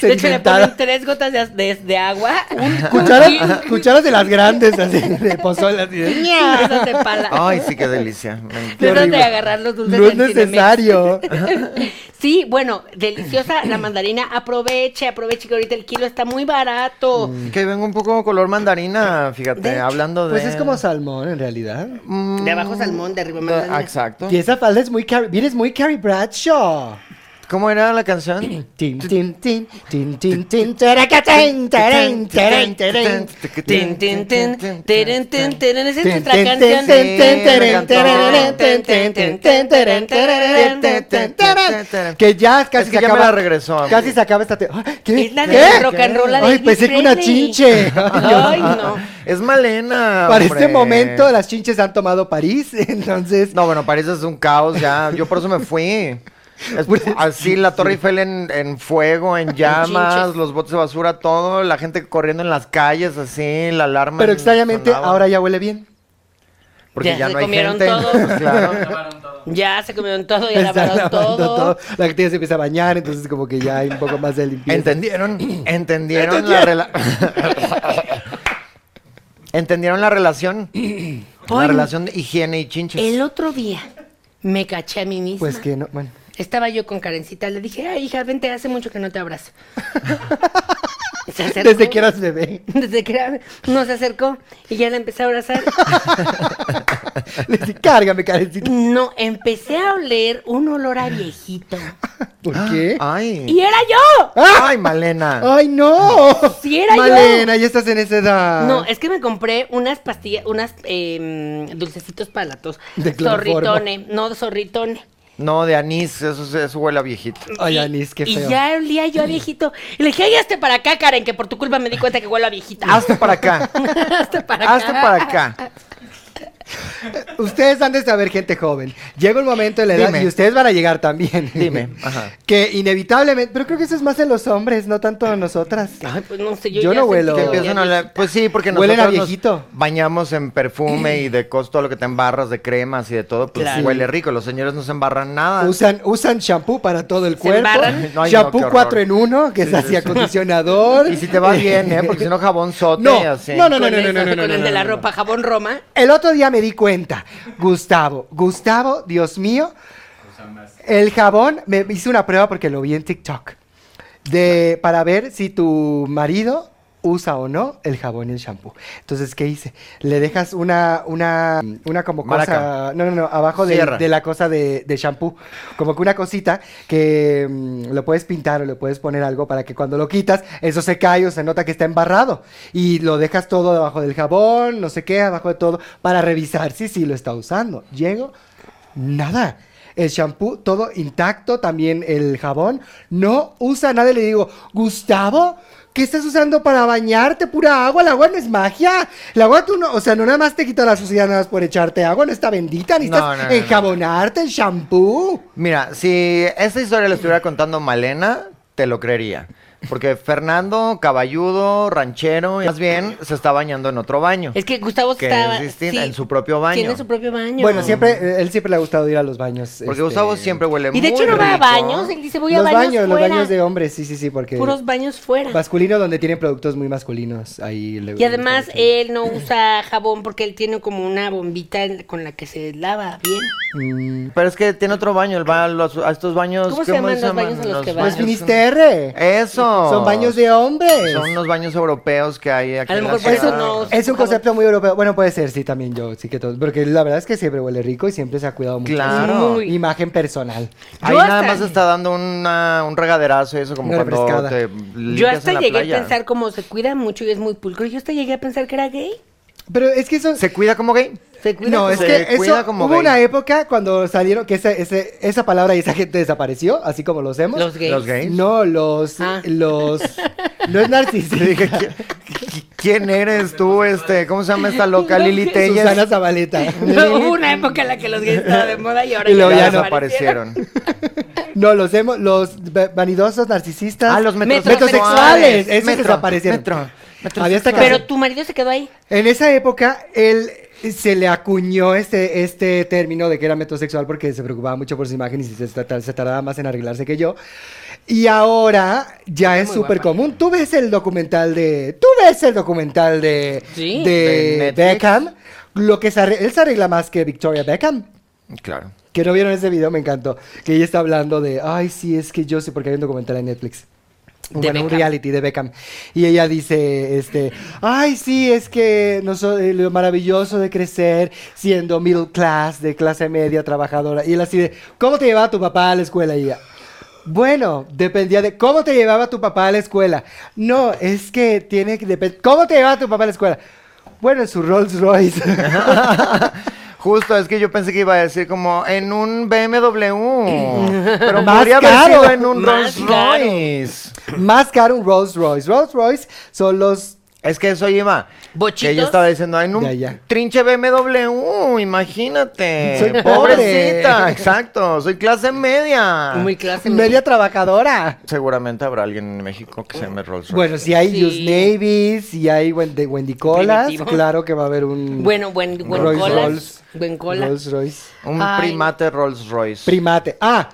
Speaker 4: Se
Speaker 1: de hecho, le
Speaker 4: inventaron.
Speaker 1: ponen tres gotas de, de- de agua.
Speaker 4: Cucharas, cucharas de las grandes, así, de pozol, así ¿eh? de-
Speaker 1: Eso te pala.
Speaker 4: Ah.
Speaker 3: Ay, sí, qué delicia. Me-
Speaker 4: qué
Speaker 1: De esas de
Speaker 4: horrible.
Speaker 1: agarrar los dulces
Speaker 4: No es
Speaker 1: del Cinemex.
Speaker 4: necesario.
Speaker 1: Sí, bueno, deliciosa la mandarina. Aproveche, aproveche que ahorita el kilo está muy barato.
Speaker 3: Que vengo un poco color mandarina, fíjate,
Speaker 1: De hecho,
Speaker 3: hablando de...
Speaker 4: Pues es como salmón, en realidad.
Speaker 3: Mm,
Speaker 1: De abajo salmón, de arriba mandarina.
Speaker 3: ah, Exacto.
Speaker 4: Y esa falda es muy Carrie, mira, es muy Carrie Bradshaw.
Speaker 3: ¿Cómo era la canción?
Speaker 4: Tin, tin, tin, tin, tin, tin, taracatín, tarán, tarán, tarán.
Speaker 1: Tin, tin, tin, teren, ten, teren. Esa es
Speaker 4: Tin,
Speaker 1: nuestra
Speaker 4: tin,
Speaker 1: canción.
Speaker 4: tin, tin, tin,
Speaker 3: Sí, me
Speaker 4: tarán,
Speaker 3: encantó.
Speaker 4: tararán, tin, tin, tin, tin, tarán, tararán, tin, tin, tarán. Que ya casi
Speaker 3: Es que
Speaker 4: se
Speaker 3: ya me
Speaker 4: acaba.
Speaker 3: la regresó.
Speaker 4: Casi se acaba esta. te- ¡Ah! ¿Qué?
Speaker 1: Es la de
Speaker 4: ¿Qué?
Speaker 1: rock and roll, la de
Speaker 4: Ay,
Speaker 1: Elvis
Speaker 4: pensé que una
Speaker 1: Presley.
Speaker 4: chinche.
Speaker 1: Ay, no.
Speaker 3: Es Malena.
Speaker 4: Para
Speaker 3: hombre.
Speaker 4: este momento las chinches han tomado París, entonces
Speaker 3: No, bueno, París es un caos ya. Yo por eso me fui. Es así la Torre Eiffel en, en fuego, en llamas,
Speaker 1: Pues, chinches.
Speaker 3: los botes de basura, todo, la gente corriendo en las calles, así, la alarma.
Speaker 4: Pero extrañamente
Speaker 3: sonaba.
Speaker 4: ahora ya huele bien.
Speaker 3: Porque
Speaker 1: Ya
Speaker 3: ya,
Speaker 1: se
Speaker 3: no hay
Speaker 1: comieron
Speaker 3: gente.
Speaker 1: todo.
Speaker 3: pues, claro.
Speaker 1: Ya se comieron todo, ya
Speaker 4: Está
Speaker 1: lavaron
Speaker 4: lavando
Speaker 1: todo.
Speaker 4: La gente se empieza a bañar, entonces como que ya hay un poco más de limpieza.
Speaker 3: ¿Entendieron? ¿Entendieron la rela- ¿Entendieron la relación? La
Speaker 1: Ay,
Speaker 3: relación de higiene y chinches.
Speaker 1: El otro día me caché a mí misma.
Speaker 4: Pues que no, bueno.
Speaker 1: Estaba yo con Karencita, le dije, ay, hija, vente, hace mucho que no te abrazo. Se acercó.
Speaker 4: Desde que eras bebé.
Speaker 1: Desde que era- no se acercó y ya la empecé a abrazar.
Speaker 4: Le dije, cárgame, Karencita.
Speaker 1: No, empecé a oler un olor a viejito.
Speaker 4: ¿Por qué?
Speaker 3: Ah.
Speaker 1: ¡Y
Speaker 3: Ay. ¡Ah!
Speaker 1: era yo!
Speaker 3: Ay, Malena.
Speaker 4: ¡Ay, no!
Speaker 1: Sí, era yo.
Speaker 4: Malena, ya estás en esa edad.
Speaker 1: No, es que me compré unas pastillas, unas eh, dulcecitos para la tos.
Speaker 4: De cloroformo.
Speaker 1: Zorritone, no, zorritone.
Speaker 3: No, de anís, eso, eso huele a viejito.
Speaker 4: Ay,
Speaker 1: Y-
Speaker 4: Anis, qué feo.
Speaker 1: Y ya olía yo a viejito. Y le dije, ay, hazte para acá, Karen, que por tu culpa me di cuenta que huelo a viejita.
Speaker 3: Hazte para acá.
Speaker 1: hazte para
Speaker 3: Hazte para acá.
Speaker 4: Ustedes han de saber, gente joven. Llega un momento en la edad
Speaker 3: Dime.
Speaker 4: y ustedes van a llegar también.
Speaker 3: Dime, ajá.
Speaker 4: Que inevitablemente. Pero creo que eso es más en los hombres, no tanto en nosotras.
Speaker 1: Ay, pues no sé, yo,
Speaker 4: Yo
Speaker 1: ya
Speaker 4: no
Speaker 1: sentí
Speaker 4: huelo.
Speaker 1: que
Speaker 3: Que
Speaker 4: Pero-
Speaker 1: olía
Speaker 3: empiezan a oler- Pues sí, porque
Speaker 4: Huelen a
Speaker 3: nosotros nos
Speaker 4: viejito.
Speaker 3: bañamos en perfume y de costo lo que te embarras de cremas y de todo, pues
Speaker 1: Claro.
Speaker 3: huele rico. Los señores no se embarran nada.
Speaker 4: Usan, usan shampoo para todo el cuerpo.
Speaker 1: embarran.
Speaker 3: No, ay, no,
Speaker 4: shampoo
Speaker 3: qué horror.
Speaker 4: 4 en 1, que es así acondicionador.
Speaker 3: Y si te va bien, ¿eh? Porque si no, jabón sote.
Speaker 4: No,
Speaker 3: así.
Speaker 4: no, no,
Speaker 1: con
Speaker 4: no, no,
Speaker 1: eso,
Speaker 4: no, no, no,
Speaker 1: con el
Speaker 4: no,
Speaker 1: de la
Speaker 4: no, no.
Speaker 1: ropa, jabón Roma.
Speaker 4: El otro día me di cuenta, Gustavo, Gustavo, Dios mío, el jabón, me hice una prueba porque lo vi en TikTok, de, para ver si tu marido usa o no el jabón y el shampoo. Entonces, ¿qué hice? Le dejas una, una, una como cosa,
Speaker 3: Maraca.
Speaker 4: no, no, no, abajo de,
Speaker 3: Sierra.
Speaker 4: de la cosa de, de shampoo, como que una cosita que mm, lo puedes pintar o le puedes poner algo para que cuando lo quitas, eso se cae o se nota que está embarrado. Y lo dejas todo debajo del jabón, no sé qué, abajo de todo, para revisar si sí lo está usando. Llego, nada. El shampoo, todo intacto, también el jabón. No usa nada. Y Le digo, Gustavo, ¿qué estás usando para bañarte? Pura agua. El agua no es magia. El agua tú no, o sea, no nada más te quita la suciedad nada más por echarte agua. No está bendita. Necesitas
Speaker 3: No, no, no, no.
Speaker 4: enjabonarte el shampoo.
Speaker 3: Mira, si esta historia la estuviera contando Malena, te lo creería. Porque Fernando, caballudo, ranchero, más bien se está bañando en otro baño.
Speaker 1: Es que Gustavo
Speaker 3: Que
Speaker 1: estaba...
Speaker 3: es distinta, en su propio baño.
Speaker 1: Tiene su propio baño.
Speaker 4: Bueno, siempre, eh, él siempre le ha gustado ir a los baños.
Speaker 3: Porque
Speaker 4: este,
Speaker 3: Gustavo siempre huele muy
Speaker 1: Y de hecho no va a
Speaker 3: rico.
Speaker 1: baños, él dice, voy a
Speaker 4: los
Speaker 1: baños,
Speaker 4: baños, los
Speaker 1: fuera.
Speaker 4: baños de hombres, sí, sí, sí, porque
Speaker 1: Puros baños fuera.
Speaker 4: masculino donde tienen productos muy masculinos ahí. le-
Speaker 1: Y además eh,
Speaker 4: le-
Speaker 1: él no usa jabón porque él tiene como una bombita en- con la que se lava bien.
Speaker 4: Mm,
Speaker 3: Pero es que tiene otro baño, él va a, los- a estos baños.
Speaker 1: ¿Cómo se llaman los baños a los que va?
Speaker 4: Pues
Speaker 1: Baños.
Speaker 4: Finisterre.
Speaker 3: Eh, Eso.
Speaker 4: Son baños de hombres.
Speaker 3: Son unos baños europeos que hay aquí.
Speaker 1: A lo
Speaker 3: en la
Speaker 1: mejor por eso
Speaker 3: ciudad.
Speaker 1: no-
Speaker 4: Es un concepto muy europeo. Bueno, puede ser, sí, también yo, sí que todo. Porque la verdad es que siempre huele rico y siempre se ha cuidado mucho.
Speaker 3: Claro.
Speaker 4: Muy. Imagen personal.
Speaker 3: Ahí
Speaker 1: Yo
Speaker 3: nada
Speaker 1: hasta-
Speaker 3: más está dando una- un regaderazo, eso como
Speaker 4: Una
Speaker 3: cuando
Speaker 4: refrescada.
Speaker 3: te
Speaker 1: Yo
Speaker 3: limpias en
Speaker 1: hasta
Speaker 3: la
Speaker 1: llegué
Speaker 3: playa.
Speaker 1: a pensar como se cuida mucho y es muy pulcro. Yo hasta llegué a pensar que era gay.
Speaker 4: Pero es que eso.
Speaker 3: ¿Se cuida como gay?
Speaker 1: Se cuida
Speaker 4: No,
Speaker 1: como-
Speaker 4: es
Speaker 3: Se
Speaker 4: que
Speaker 3: cuida
Speaker 4: eso,
Speaker 3: como
Speaker 4: hubo
Speaker 3: gay.
Speaker 4: una época cuando salieron que ese- ese- esa palabra y esa gente desapareció, así como los hemos.
Speaker 1: Los gays.
Speaker 3: Los gays.
Speaker 4: No, los,
Speaker 1: Ah.
Speaker 4: los, no es narcisista.
Speaker 3: Dije, "¿Qui- qui- ¿quién eres tú? Este, ¿Cómo se llama esta loca? Lili
Speaker 4: Susana
Speaker 3: Telles.
Speaker 4: Zabaleta.
Speaker 1: No, hubo una época en la que los gays estaban de moda y ahora
Speaker 4: Y luego
Speaker 1: ya,
Speaker 4: ya
Speaker 3: Ya
Speaker 4: no
Speaker 3: desaparecieron.
Speaker 4: No, los hemos, los va- vanidosos narcisistas.
Speaker 3: Ah, los metrosexuales.
Speaker 4: metrosexuales. Esos
Speaker 3: Metro,
Speaker 4: desapaparecieron.
Speaker 3: metro, metrosexual.
Speaker 4: Había esta canción-
Speaker 1: Pero tu marido se quedó ahí.
Speaker 4: En esa época, él se le acuñó este, este término de que era metrosexual porque se preocupaba mucho por su imagen y se, se- se tardaba más en arreglarse que yo. Y ahora ya es súper común. Tú ves el documental de. Tú ves el documental de.
Speaker 1: Sí.
Speaker 3: De
Speaker 4: De,
Speaker 3: Netflix.
Speaker 4: Beckham. Lo que se arre- él se arregla más que Victoria Beckham.
Speaker 3: Claro.
Speaker 4: Que no vieron ese video, me encantó. Que ella está hablando de, ay, sí, es que yo sé, porque hay un documental en Netflix.
Speaker 1: De
Speaker 4: Bueno, un
Speaker 1: Beckham.
Speaker 4: reality de Beckham. Y ella dice, este, ay, sí, es que no so- eh, lo maravilloso de crecer siendo middle class, de clase media, trabajadora. Y él así de, ¿cómo te llevaba tu papá a la escuela? Y ella, bueno, dependía de cómo te llevaba tu papá a la escuela. No, es que tiene que depender, ¿cómo te llevaba tu papá a la escuela? Bueno, en su Rolls Royce.
Speaker 3: Justo, es que yo pensé que iba a decir como en un BMW. Pero
Speaker 4: Más
Speaker 3: podría haber
Speaker 4: caro.
Speaker 3: sido en un
Speaker 1: Más
Speaker 3: Rolls Royce.
Speaker 4: Más caro un Rolls Royce. Rolls Royce son los
Speaker 3: Es que eso iba.
Speaker 1: Bochitos.
Speaker 3: Que yo estaba diciendo, en un
Speaker 4: De allá.
Speaker 3: trinche BMW, imagínate.
Speaker 4: Soy pobre.
Speaker 3: Pobrecita, exacto. Soy clase media.
Speaker 1: Muy clase.
Speaker 4: media trabajadora.
Speaker 3: Seguramente habrá alguien en México que se llame Rolls Royce.
Speaker 4: Bueno, si hay
Speaker 1: Sí.
Speaker 4: Just Navy, si hay Wendy, Wendy Colas,
Speaker 1: Primitivo.
Speaker 4: claro que va a haber un
Speaker 1: Bueno, buen, buen
Speaker 4: Rolls
Speaker 1: colas.
Speaker 4: Royce.
Speaker 1: Buen cola.
Speaker 4: Rolls Royce.
Speaker 3: un
Speaker 1: Ay.
Speaker 3: primate Rolls Royce.
Speaker 4: Primate. Ah,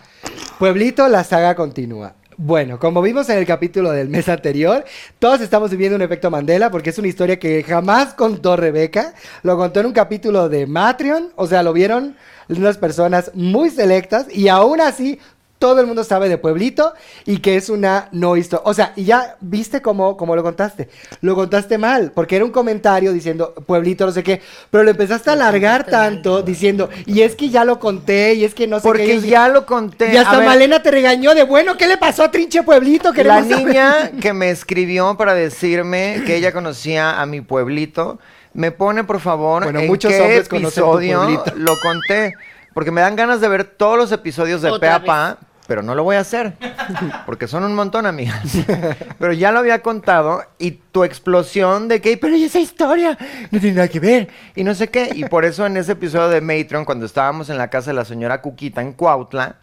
Speaker 4: Pueblito, la saga continúa. Bueno, como vimos en el capítulo del mes anterior, todos estamos viviendo un efecto Mandela porque es una historia que jamás contó Rebeca. Lo contó en un capítulo de Matreon, o sea, lo vieron unas personas muy selectas y aún así todo el mundo sabe de Pueblito y que es una no historia. O sea, y ya viste cómo, cómo lo contaste. Lo contaste mal, porque era un comentario diciendo Pueblito, no sé qué, pero lo empezaste a alargar tanto diciendo, y es que ya lo conté, y es que no sé qué.
Speaker 3: Porque
Speaker 4: y-
Speaker 3: ya lo conté.
Speaker 4: Y hasta
Speaker 3: A ver,
Speaker 4: Malena te regañó de, bueno, ¿qué le pasó a Trinche Pueblito?
Speaker 3: La
Speaker 4: Queremos saber".
Speaker 3: niña que me escribió para decirme que ella conocía a mi pueblito, me pone por favor
Speaker 4: Bueno,
Speaker 3: en
Speaker 4: muchos
Speaker 3: qué
Speaker 4: hombres conocen tu
Speaker 3: episodio
Speaker 4: pueblito.
Speaker 3: lo conté, porque me dan ganas de ver todos los episodios de
Speaker 1: Otra vez.
Speaker 3: Peapa, pero no lo voy a hacer, porque son un montón, amigas. Pero ya lo había contado y tu explosión de que, pero ¿y esa historia no tiene nada que ver y no sé qué. Y por eso en ese episodio de Matron, cuando estábamos en la casa de la señora Cuquita en Cuautla,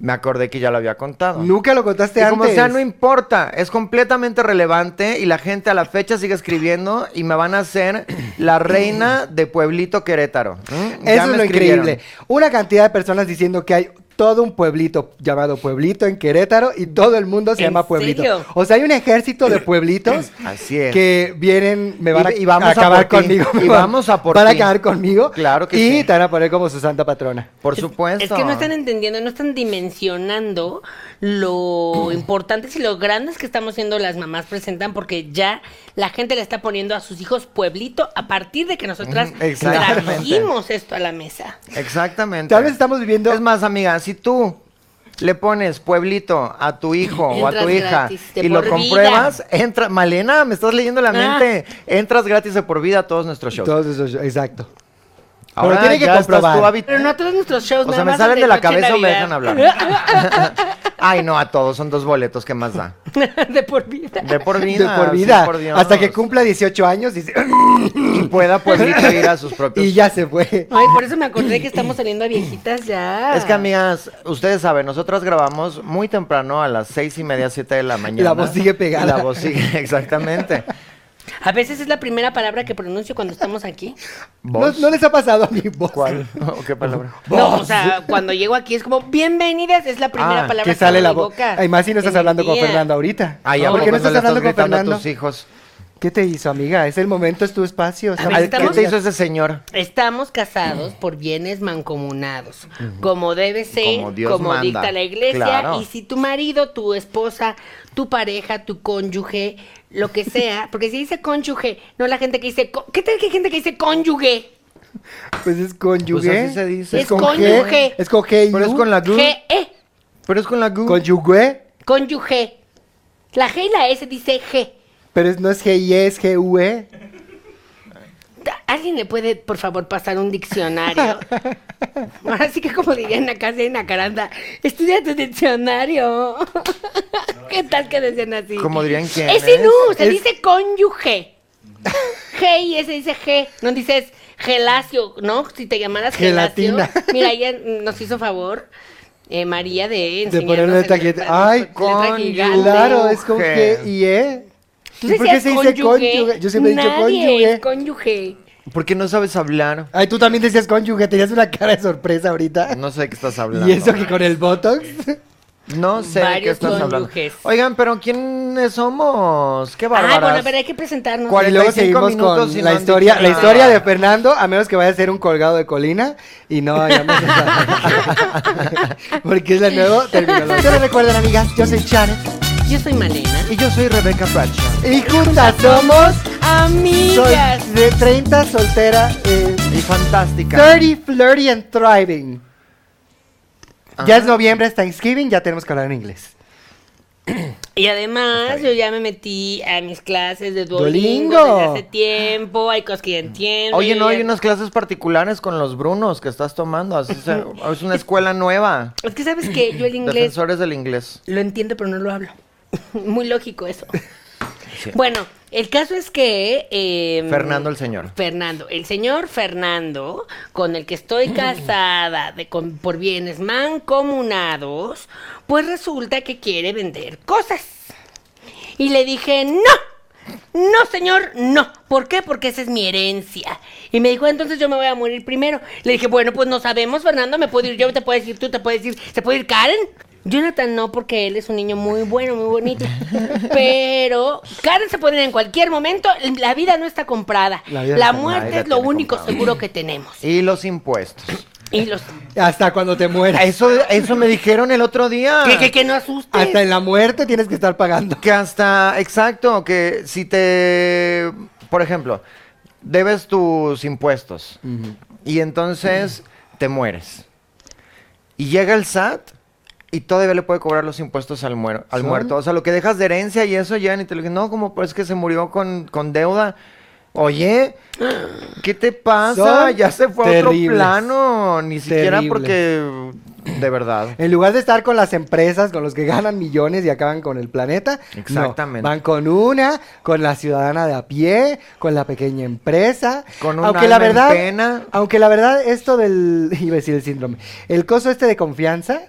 Speaker 3: me acordé que ya lo había contado.
Speaker 4: Nunca lo contaste
Speaker 3: Y
Speaker 4: antes.
Speaker 3: como sea, no importa, es completamente relevante y la gente a la fecha sigue escribiendo y me van a hacer la reina de Pueblito Querétaro. ¿Mm? Ya
Speaker 4: Eso
Speaker 3: me
Speaker 4: es lo
Speaker 3: escribieron.
Speaker 4: increíble. Una cantidad de personas diciendo que hay todo un pueblito llamado Pueblito en Querétaro y todo el mundo se
Speaker 1: ¿En
Speaker 4: llama Pueblito.
Speaker 1: serio?
Speaker 4: O sea, hay un ejército de pueblitos
Speaker 3: Así es.
Speaker 4: que vienen, me van a,
Speaker 3: Y- y vamos
Speaker 4: a
Speaker 3: a
Speaker 4: acabar
Speaker 3: por ti.
Speaker 4: conmigo.
Speaker 3: Y
Speaker 4: me van-
Speaker 3: vamos a por
Speaker 4: Van a
Speaker 3: ti.
Speaker 4: acabar conmigo.
Speaker 3: Claro que
Speaker 4: y
Speaker 3: sí.
Speaker 4: te van a poner como su santa patrona.
Speaker 3: Por supuesto.
Speaker 1: Es que no están entendiendo, no están dimensionando
Speaker 3: Mm.
Speaker 1: lo importantes y lo grandes que estamos siendo las mamás presentan, porque ya la gente le está poniendo a sus hijos pueblito a partir de que nosotras
Speaker 3: Ujú, exactamente.
Speaker 1: trajimos esto a la mesa.
Speaker 3: Exactamente.
Speaker 4: Tal vez estamos viviendo
Speaker 3: Es más, amiga, si tú le pones pueblito a tu hijo o a tu
Speaker 1: Entras
Speaker 3: hija
Speaker 1: gratis, de
Speaker 3: y lo
Speaker 1: por
Speaker 3: compruebas, entra, Malena, me estás leyendo la
Speaker 1: Ah.
Speaker 3: mente, entras gratis de por vida a todos nuestros shows.
Speaker 4: todos esos, exacto.
Speaker 3: Ahora
Speaker 4: Pero tiene que
Speaker 3: ya estás tú
Speaker 4: comprobar.
Speaker 3: habi-
Speaker 1: Pero no a todos nuestros shows,
Speaker 3: O
Speaker 1: nada
Speaker 3: sea, me
Speaker 1: más
Speaker 3: salen
Speaker 1: al
Speaker 3: de la
Speaker 1: Noche en
Speaker 3: cabeza o me dejan
Speaker 1: Navidad.
Speaker 3: hablar. Ay, no, a todos, son dos boletos, ¿qué más da?
Speaker 1: de por vida.
Speaker 3: De por
Speaker 4: De
Speaker 3: vida.
Speaker 4: por
Speaker 3: sí,
Speaker 4: vida.
Speaker 3: por Dios.
Speaker 4: Hasta que cumpla 18 años dice,
Speaker 3: Y pueda Pueblito ir a sus propios.
Speaker 4: y ya se fue.
Speaker 1: Ay, por eso me acordé que estamos saliendo a viejitas ya.
Speaker 3: Es que, amigas, ustedes saben, nosotras grabamos muy temprano a las seis y media, siete de la mañana.
Speaker 4: La voz sigue pegada.
Speaker 3: La voz sigue, exactamente.
Speaker 1: A veces es la primera palabra que pronuncio cuando estamos aquí.
Speaker 4: ¿No,
Speaker 3: ¿Voz?
Speaker 4: no les ha pasado a mi voz?
Speaker 3: ¿Cuál? ¿O ¿Qué palabra?
Speaker 1: No, o sea, cuando llego aquí es como, bienvenidas, es la primera
Speaker 3: Ah,
Speaker 1: palabra
Speaker 4: que sale la voz.
Speaker 1: boca.
Speaker 4: Ay, más si no estás hablando con Fernando ahorita.
Speaker 3: Ay, ¿a
Speaker 4: ¿Por
Speaker 3: poco
Speaker 4: qué no
Speaker 3: cuando
Speaker 4: estás
Speaker 3: le
Speaker 4: hablando con
Speaker 3: gritando
Speaker 4: Fernando?
Speaker 3: a tus hijos?
Speaker 4: ¿Qué te hizo, amiga? Es el momento, es tu espacio.
Speaker 1: ver,
Speaker 4: Ay,
Speaker 3: Ay, ¿Qué
Speaker 1: estamos-
Speaker 3: te hizo ese señor?
Speaker 1: Estamos casados por bienes mancomunados, como debe ser,
Speaker 3: Como
Speaker 1: como,
Speaker 3: Dios manda.
Speaker 1: dicta la iglesia.
Speaker 3: Claro.
Speaker 1: Y si tu marido, tu esposa, tu pareja, tu cónyuge, lo que sea, porque si dice cónyuge, no la gente que dice, co- ¿qué tal que hay gente que dice cónyuge?
Speaker 4: Pues es cónyuge.
Speaker 3: Pues así se dice.
Speaker 1: Es cónyuge.
Speaker 4: G, Es con G y
Speaker 3: Pero es
Speaker 4: U.
Speaker 3: con la gu.
Speaker 1: G, E,
Speaker 3: Pero es con la gu.
Speaker 4: Conyugue.
Speaker 1: cónyuge. La G y la S dice G.
Speaker 4: Pero es- no es G y E, es G U E.
Speaker 1: Ta- ¿Alguien le puede, por favor, pasar un diccionario? Ahora sí que como dirían acá en Nacaranda, estudia tu diccionario. ¿Qué tal que decían así?
Speaker 3: ¿Cómo dirían quién
Speaker 1: Es
Speaker 3: es?
Speaker 1: inú, se
Speaker 4: Es-
Speaker 1: dice cónyuge. G y S dice G, no dices gelacio, ¿no? Si te llamaras gelacio.
Speaker 4: Gelatina.
Speaker 1: Mira, ella nos hizo favor, eh, María, de
Speaker 4: De
Speaker 1: enseñarnos
Speaker 4: ponerle
Speaker 1: el-
Speaker 4: taquete.
Speaker 1: el-
Speaker 4: Ay,
Speaker 1: letra gigante.
Speaker 4: Claro, es con G y E.
Speaker 1: ¿Tú
Speaker 4: ¿Y por qué
Speaker 1: decías
Speaker 4: se dice
Speaker 1: cónyuge?
Speaker 4: cónyuge? Yo siempre he dicho
Speaker 1: Nadie
Speaker 4: cónyuge.
Speaker 1: es cónyuge.
Speaker 3: ¿Por qué no sabes hablar?
Speaker 4: Ay, tú también decías cónyuge. Tenías una cara de sorpresa ahorita.
Speaker 3: No sé de qué estás hablando.
Speaker 4: y eso que con el Botox.
Speaker 3: No sé de qué
Speaker 1: Varios
Speaker 3: estás hablando.
Speaker 1: cónyuges.
Speaker 3: Oigan, pero ¿quiénes somos? Qué
Speaker 1: Ah,
Speaker 3: bárbaras.
Speaker 1: bueno, a ver, hay que presentarnos.
Speaker 3: ¿Cuál
Speaker 4: Y luego
Speaker 3: 45
Speaker 4: seguimos
Speaker 3: minutos y
Speaker 4: con
Speaker 3: no
Speaker 4: la
Speaker 3: han
Speaker 4: historia,
Speaker 3: dicho
Speaker 4: la
Speaker 3: nada.
Speaker 4: historia de Fernando, a menos que vaya a ser un colgado de colina y no hayamos Porque es la nueva terminología. Ustedes recuerdan, amigas, yo soy Chane
Speaker 1: Yo soy Malena.
Speaker 3: Y yo soy Rebeca Bradshaw.
Speaker 4: y juntas somos soy
Speaker 1: Amigas.
Speaker 4: de 30 soltera, eh,
Speaker 3: Y fantástica.
Speaker 4: 30 flirty and thriving. Ya es noviembre, es Thanksgiving, ya tenemos que hablar en inglés.
Speaker 1: Y además, yo ya me metí a mis clases de Duolingo,
Speaker 4: Duolingo.
Speaker 1: desde hace tiempo. Hay cosas que ya entiendo.
Speaker 3: Oye,
Speaker 1: yo
Speaker 3: no,
Speaker 1: ya-
Speaker 3: hay unas clases particulares con los Brunos que estás tomando. así se- es una escuela nueva.
Speaker 1: Es que sabes que yo el inglés
Speaker 3: Defensores del inglés.
Speaker 1: lo entiendo, pero no lo hablo. Muy lógico eso. Bueno, el caso es que... eh,
Speaker 3: Fernando el señor.
Speaker 1: Fernando, el señor Fernando, con el que estoy casada de, con- por bienes mancomunados, pues resulta que quiere vender cosas. Y le dije, no, no señor, no. ¿Por qué? Porque esa es mi herencia. Y me dijo, "Ah, entonces yo me voy a morir primero. Le dije, bueno, pues no sabemos, Fernando, me puedo ir yo, te puedes ir tú, te puedes ir, se puede ir Karen. Jonathan no, porque él es un niño muy bueno, muy bonito. Pero Karen se puede ir en cualquier momento. La vida no está comprada.
Speaker 4: La vida
Speaker 1: La,
Speaker 4: no está-
Speaker 1: muerte
Speaker 3: nadie la
Speaker 1: es lo
Speaker 3: tiene
Speaker 1: único
Speaker 3: comprada.
Speaker 1: seguro que tenemos.
Speaker 3: Y los impuestos.
Speaker 1: Y los...
Speaker 4: Hasta cuando te mueras.
Speaker 3: Eso, eso me dijeron el otro día.
Speaker 1: Que, que, que no asustes.
Speaker 4: Hasta en la muerte tienes que estar pagando.
Speaker 3: Que hasta, exacto, que si te, por ejemplo, debes tus impuestos y entonces te mueres. Y llega el SAT y todavía le puede cobrar los impuestos al, muer- al
Speaker 4: ¿Sí?
Speaker 3: muerto. O sea, lo que dejas de herencia y eso llegan y te lo dicen, no, como pues que se murió con, con deuda. Oye, ¿qué te pasa?
Speaker 4: Son
Speaker 3: ya se fue a otro
Speaker 4: terribles.
Speaker 3: plano, ni siquiera
Speaker 4: Terribles.
Speaker 3: porque de verdad.
Speaker 4: En lugar de estar con las empresas, con los que ganan millones y acaban con el planeta, no,
Speaker 3: Exactamente.
Speaker 4: van con una, con la ciudadana de a pie, con la pequeña empresa.
Speaker 3: Con un
Speaker 4: aunque la
Speaker 3: alma en
Speaker 4: verdad,
Speaker 3: pena.
Speaker 4: aunque la verdad esto del iba a decir el síndrome, el coso este de confianza,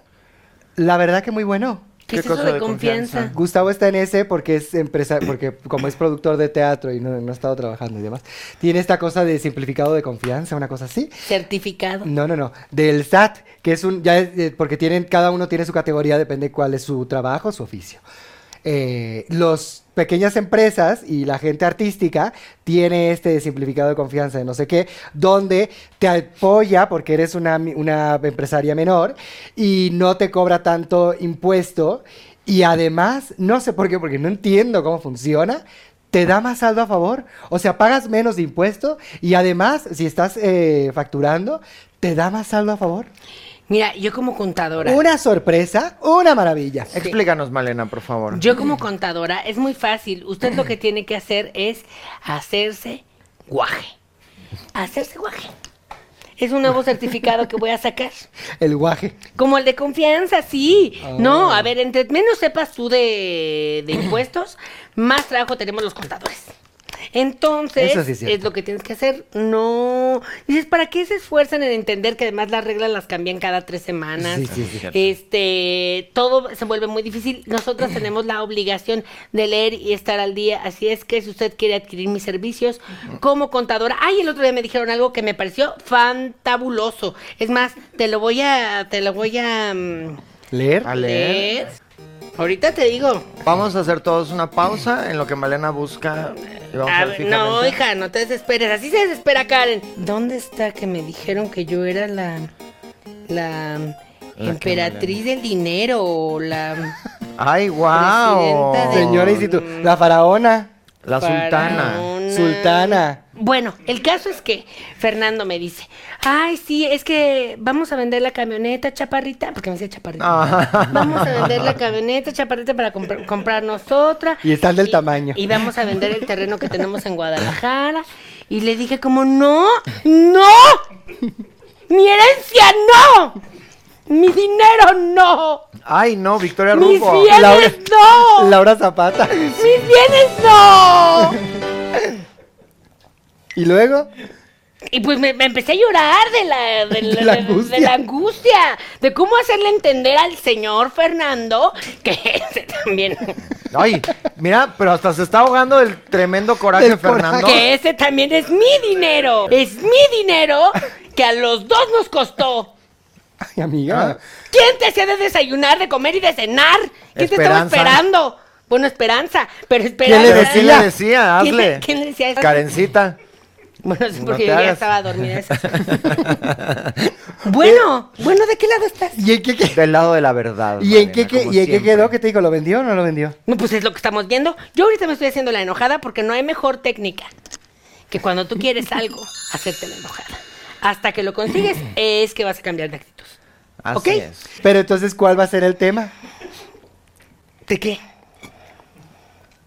Speaker 4: la verdad que muy bueno.
Speaker 1: ¿Qué,
Speaker 3: ¿Qué
Speaker 1: es eso
Speaker 3: cosa
Speaker 1: de
Speaker 3: de confianza?
Speaker 1: confianza?
Speaker 4: Ah, Gustavo está en ese porque es empresa, porque como es productor de teatro y no, no ha estado trabajando y demás, tiene esta cosa de simplificado de confianza, una cosa así.
Speaker 1: Certificado.
Speaker 4: No, no, no. Del SAT, que es un. ya es, eh, Porque tienen, cada uno tiene su categoría, depende cuál es su trabajo, su oficio. Eh, los pequeñas empresas y la gente artística tiene este simplificado de confianza de no sé qué, donde te apoya porque eres una, mi- una empresaria menor y no te cobra tanto impuesto y además, no sé por qué, porque no entiendo cómo funciona, te da más saldo a favor. O sea, pagas menos de impuesto y además, si estás eh, facturando, te da más saldo a favor.
Speaker 1: Mira, yo como contadora...
Speaker 4: Una sorpresa, una maravilla.
Speaker 3: Explícanos, Malena, por favor.
Speaker 1: Yo como contadora es muy fácil. Usted lo que tiene que hacer es hacerse guaje. Hacerse guaje. Es un nuevo certificado que voy a sacar.
Speaker 4: El guaje.
Speaker 1: Como el de confianza, sí.
Speaker 4: Ah.
Speaker 1: No, a ver, entre menos sepas tú de, de impuestos, más trabajo tenemos los contadores. Entonces,
Speaker 4: Eso sí es cierto.
Speaker 1: es lo que tienes que hacer. No. Dices, ¿para qué se esfuerzan en entender que además las reglas las cambian cada tres semanas?
Speaker 4: Sí, sí, sí.
Speaker 1: Este, todo se vuelve muy difícil. Nosotras tenemos la obligación de leer y estar al día. Así es que si usted quiere adquirir mis servicios como contadora. Ay, el otro día me dijeron algo que me pareció fantabuloso. Es más, te lo voy a, te lo voy a mm,
Speaker 4: Leer.
Speaker 3: A leer.
Speaker 1: Ahorita te digo.
Speaker 3: Vamos a hacer todos una pausa en lo que Malena busca. y vamos a
Speaker 1: A
Speaker 3: ver
Speaker 1: ver, no,
Speaker 3: fijamente.
Speaker 1: hija, no te desesperes. Así se desespera Karen. ¿Dónde está que me dijeron que yo era la, la
Speaker 3: que
Speaker 1: emperatriz del dinero o la
Speaker 3: Ay, wow.
Speaker 1: Presidenta de-
Speaker 4: Señora institu- La faraona.
Speaker 3: La sultana.
Speaker 1: faraona?
Speaker 4: Sultana.
Speaker 1: eh, Bueno, el caso es que Fernando me dice, ay, sí, es que vamos a vender la camioneta, chaparrita, porque me decía chaparrita.
Speaker 3: Ah.
Speaker 1: Vamos a vender la camioneta, chaparrita, para compr- comprarnos otra.
Speaker 4: Y están del tamaño.
Speaker 1: Y vamos a vender el terreno que tenemos en Guadalajara. Y le dije como, no, no, mi herencia no, mi dinero no,
Speaker 3: Ay, no, Victoria
Speaker 1: mis
Speaker 3: Rufo.
Speaker 1: bienes
Speaker 4: Laura-
Speaker 1: no,
Speaker 4: Laura Zapata.
Speaker 1: mis bienes no.
Speaker 4: Y luego,
Speaker 1: Y pues me, me empecé a llorar de la, de, la-
Speaker 4: De la
Speaker 1: de- de
Speaker 4: angustia.
Speaker 1: la angustia, de cómo hacerle entender al señor Fernando que ese también,
Speaker 3: Ay, mira, pero hasta se está ahogando del tremendo coraje,
Speaker 4: Del coraje.
Speaker 3: Fernando.
Speaker 1: que ese también es mi dinero, es mi dinero que a los dos nos costó.
Speaker 4: ay,
Speaker 3: Ah.
Speaker 4: amiga.
Speaker 1: ¿Quién te hacía de desayunar, de comer y de cenar? ¿Quién te
Speaker 3: Esperanza.
Speaker 1: estaba esperando? Bueno, Esperanza, pero Esperanza.
Speaker 3: ¿Quién le
Speaker 4: Pero
Speaker 3: decía?
Speaker 4: ella-
Speaker 3: le decía?
Speaker 1: ¿Quién le-
Speaker 3: Hazle.
Speaker 1: quién le decía eso?
Speaker 3: Karencita.
Speaker 1: Bueno, sí,
Speaker 3: No
Speaker 1: porque
Speaker 3: te
Speaker 1: yo ya
Speaker 3: hagas.
Speaker 1: estaba dormida. esas- bueno,
Speaker 3: Eh,
Speaker 1: bueno, ¿de qué lado estás?
Speaker 4: ¿Y en qué, qué-
Speaker 3: Del lado de la verdad.
Speaker 4: y en
Speaker 3: Malena,
Speaker 4: qué, qué-
Speaker 3: como
Speaker 4: y en qué
Speaker 3: siempre.
Speaker 4: quedó? ¿Qué te dijo? ¿Lo vendió o no lo vendió?
Speaker 1: No, pues es lo que estamos viendo. Yo ahorita me estoy haciendo la enojada porque no hay mejor técnica que cuando tú quieres algo, hacerte la enojada. Hasta que lo consigues es que vas a cambiar de actitud.
Speaker 3: Así
Speaker 1: ¿Ok?
Speaker 3: es.
Speaker 4: Pero entonces, ¿cuál va a ser el tema?
Speaker 1: ¿De qué?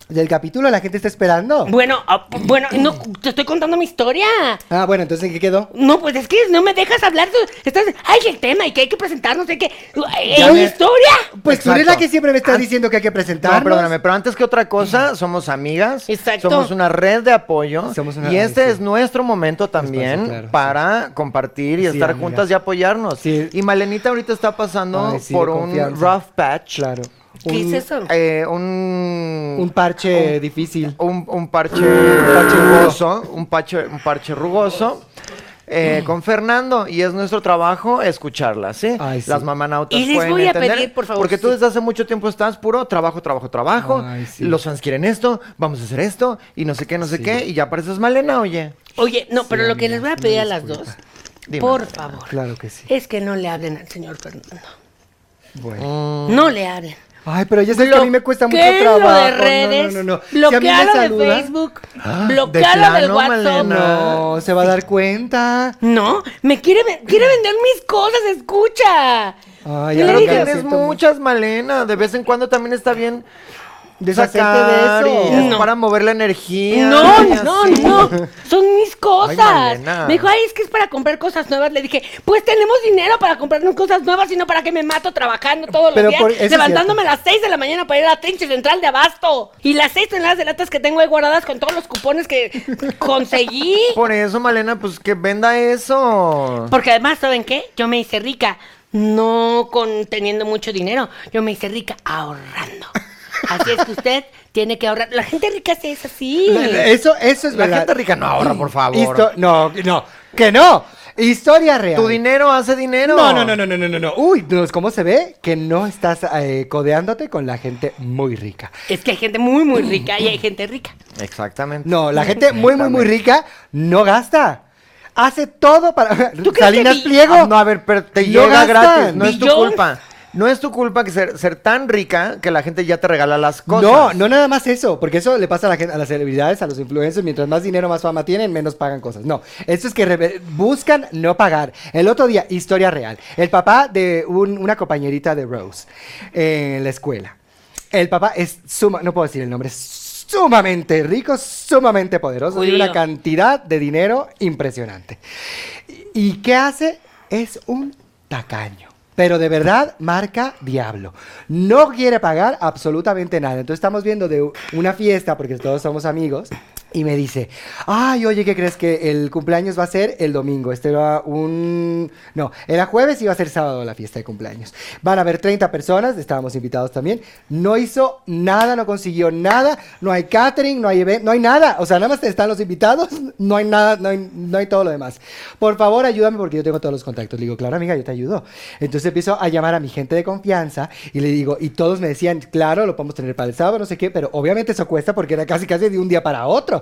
Speaker 4: ¿Del capítulo? ¿La gente está esperando?
Speaker 1: Bueno, ah, p- bueno, no, te estoy contando mi historia.
Speaker 4: Ah, bueno, entonces, ¿en qué quedó?
Speaker 1: No, pues es que no me dejas hablar. tú Estás, ay, el tema y que hay que presentarnos, hay que... eh, ¡Es mi
Speaker 4: ves.
Speaker 1: historia!
Speaker 4: Pues tú eres
Speaker 3: Exacto.
Speaker 4: la que siempre me estás
Speaker 3: Ah,
Speaker 4: diciendo que hay que
Speaker 3: No,
Speaker 4: presentar.
Speaker 3: perdóname, pero antes que otra cosa, somos amigas.
Speaker 1: Exacto.
Speaker 3: Somos una red de apoyo.
Speaker 4: Somos una
Speaker 3: y
Speaker 4: red,
Speaker 3: este
Speaker 4: sí.
Speaker 3: es nuestro momento también
Speaker 4: claro, sí.
Speaker 3: para compartir y
Speaker 4: Sí,
Speaker 3: estar
Speaker 4: amiga.
Speaker 3: juntas y apoyarnos.
Speaker 4: Sí.
Speaker 3: Y Malenita ahorita está pasando
Speaker 4: Ay, sí, de
Speaker 3: por un
Speaker 4: confianza.
Speaker 3: rough patch.
Speaker 4: Claro.
Speaker 1: ¿Qué
Speaker 4: Un-
Speaker 1: es eso?
Speaker 3: Eh, un,
Speaker 4: Un parche
Speaker 3: Oh.
Speaker 4: difícil.
Speaker 3: un, un parche, parche rugoso, un parche, un parche rugoso. eh, con Fernando, y es nuestro trabajo escucharlas, ¿sí?
Speaker 4: Ay, sí.
Speaker 3: Las mamanautas
Speaker 1: Y les
Speaker 3: pueden
Speaker 1: voy a
Speaker 3: entender,
Speaker 1: pedir, por favor,
Speaker 3: Porque tú
Speaker 1: sí.
Speaker 3: desde hace mucho tiempo estás puro trabajo, trabajo, trabajo.
Speaker 4: Ay, sí.
Speaker 3: Los fans quieren esto, vamos a hacer esto, y no sé qué, no sé qué, y ya pareces Malena, oye.
Speaker 1: Oye, no, pero lo que les voy a pedir a las dos
Speaker 3: Dime.
Speaker 1: Por favor.
Speaker 4: Claro que sí.
Speaker 1: Es que no le hablen al señor Fernando.
Speaker 4: Bueno.
Speaker 1: No le hablen.
Speaker 4: Ay, pero ya sabes que a mí me cuesta mucho
Speaker 1: Bloquéalo
Speaker 4: trabajo.
Speaker 1: de redes,
Speaker 4: no, no, no, no. Si a mí me
Speaker 1: bloquealo de
Speaker 4: saluda-
Speaker 1: Facebook,
Speaker 3: Ah, de
Speaker 1: bloquealo del
Speaker 3: plano,
Speaker 1: WhatsApp.
Speaker 3: Malena.
Speaker 4: No, se va a dar cuenta.
Speaker 1: No, me quiere, ve- quiere vender mis cosas, escucha.
Speaker 4: Ay,
Speaker 1: Yo
Speaker 4: ya
Speaker 1: le
Speaker 3: Pero
Speaker 4: creo
Speaker 1: dije,
Speaker 4: lo
Speaker 3: tienes
Speaker 4: siento mucho.
Speaker 3: muchas, Malena. De vez en cuando también está bien
Speaker 4: Deshacerte
Speaker 3: sacar
Speaker 4: de eso.
Speaker 3: y-
Speaker 1: No.
Speaker 3: para mover la energía.
Speaker 1: No,
Speaker 3: y
Speaker 1: no,
Speaker 3: así.
Speaker 1: no. Son mis cosas.
Speaker 3: Malena.
Speaker 1: me dijo, ay, es que es para comprar cosas nuevas. Le dije, pues tenemos dinero para comprarnos cosas nuevas, sino para que me mato trabajando todos
Speaker 4: Pero
Speaker 1: los días,
Speaker 4: por- eso es
Speaker 1: levantándome a las 6 de la mañana para ir a la trinche central de abasto. Y las 6 toneladas de latas que tengo ahí guardadas con todos los cupones que conseguí.
Speaker 3: Por eso, Malena, pues que venda eso.
Speaker 1: Porque además, ¿saben qué? Yo me hice rica, no con teniendo mucho dinero, yo me hice rica ahorrando. Así es que usted tiene que ahorrar. La gente rica sí es así.
Speaker 4: Eso, eso es
Speaker 3: La
Speaker 4: verdad.
Speaker 3: gente rica no ahorra, por favor.
Speaker 4: Histo- no, no, que no. Historia real.
Speaker 3: Tu dinero hace dinero.
Speaker 4: No, no, no, no, no, no, no, no. Uy, Dios, ¿cómo se ve que no estás eh, codeándote con la gente muy rica?
Speaker 1: Es que hay gente muy, muy rica y hay gente rica.
Speaker 3: Exactamente.
Speaker 4: No, la gente muy, muy, muy rica no gasta. Hace todo para...
Speaker 1: crees que
Speaker 4: Salinas
Speaker 1: vi-
Speaker 4: Pliego.
Speaker 3: Ah, no, a ver, pero te
Speaker 4: No
Speaker 3: llega
Speaker 4: gastan.
Speaker 3: gratis. No es tu
Speaker 1: Billones.
Speaker 3: culpa. No es tu culpa que ser, ser tan rica que la gente ya te regala las cosas.
Speaker 4: No, no nada más eso, porque eso le pasa a, la gente, a las celebridades, a los influencers, mientras más dinero, más fama tienen, menos pagan cosas. No, esto es que reve- buscan no pagar. El otro día, historia real, el papá de un- una compañerita de Rose eh, en la escuela. El papá es suma, no puedo decir el nombre, es sumamente rico, sumamente poderoso, tiene una
Speaker 1: Judío.
Speaker 4: cantidad de dinero impresionante. ¿Y qué hace? Es un tacaño. Pero de verdad, marca diablo. No quiere pagar absolutamente nada. Entonces estamos viendo de u- una fiesta, porque todos somos amigos, y me dice, ay, oye, ¿qué crees que el cumpleaños va a ser el domingo? Este era un... No, era jueves y va a ser sábado la fiesta de cumpleaños. Van a haber 30 personas, estábamos invitados también. No hizo nada, no consiguió nada, no hay catering, no hay evento, no hay nada. O sea, nada más están los invitados, no hay nada, no hay, no hay todo lo demás. Por favor, ayúdame porque yo tengo todos los contactos. Le digo, claro, amiga, yo te ayudo. Entonces empiezo a llamar a mi gente de confianza y le digo, y todos me decían, claro, lo podemos tener para el sábado, no sé qué, pero obviamente eso cuesta porque era casi casi de un día para otro.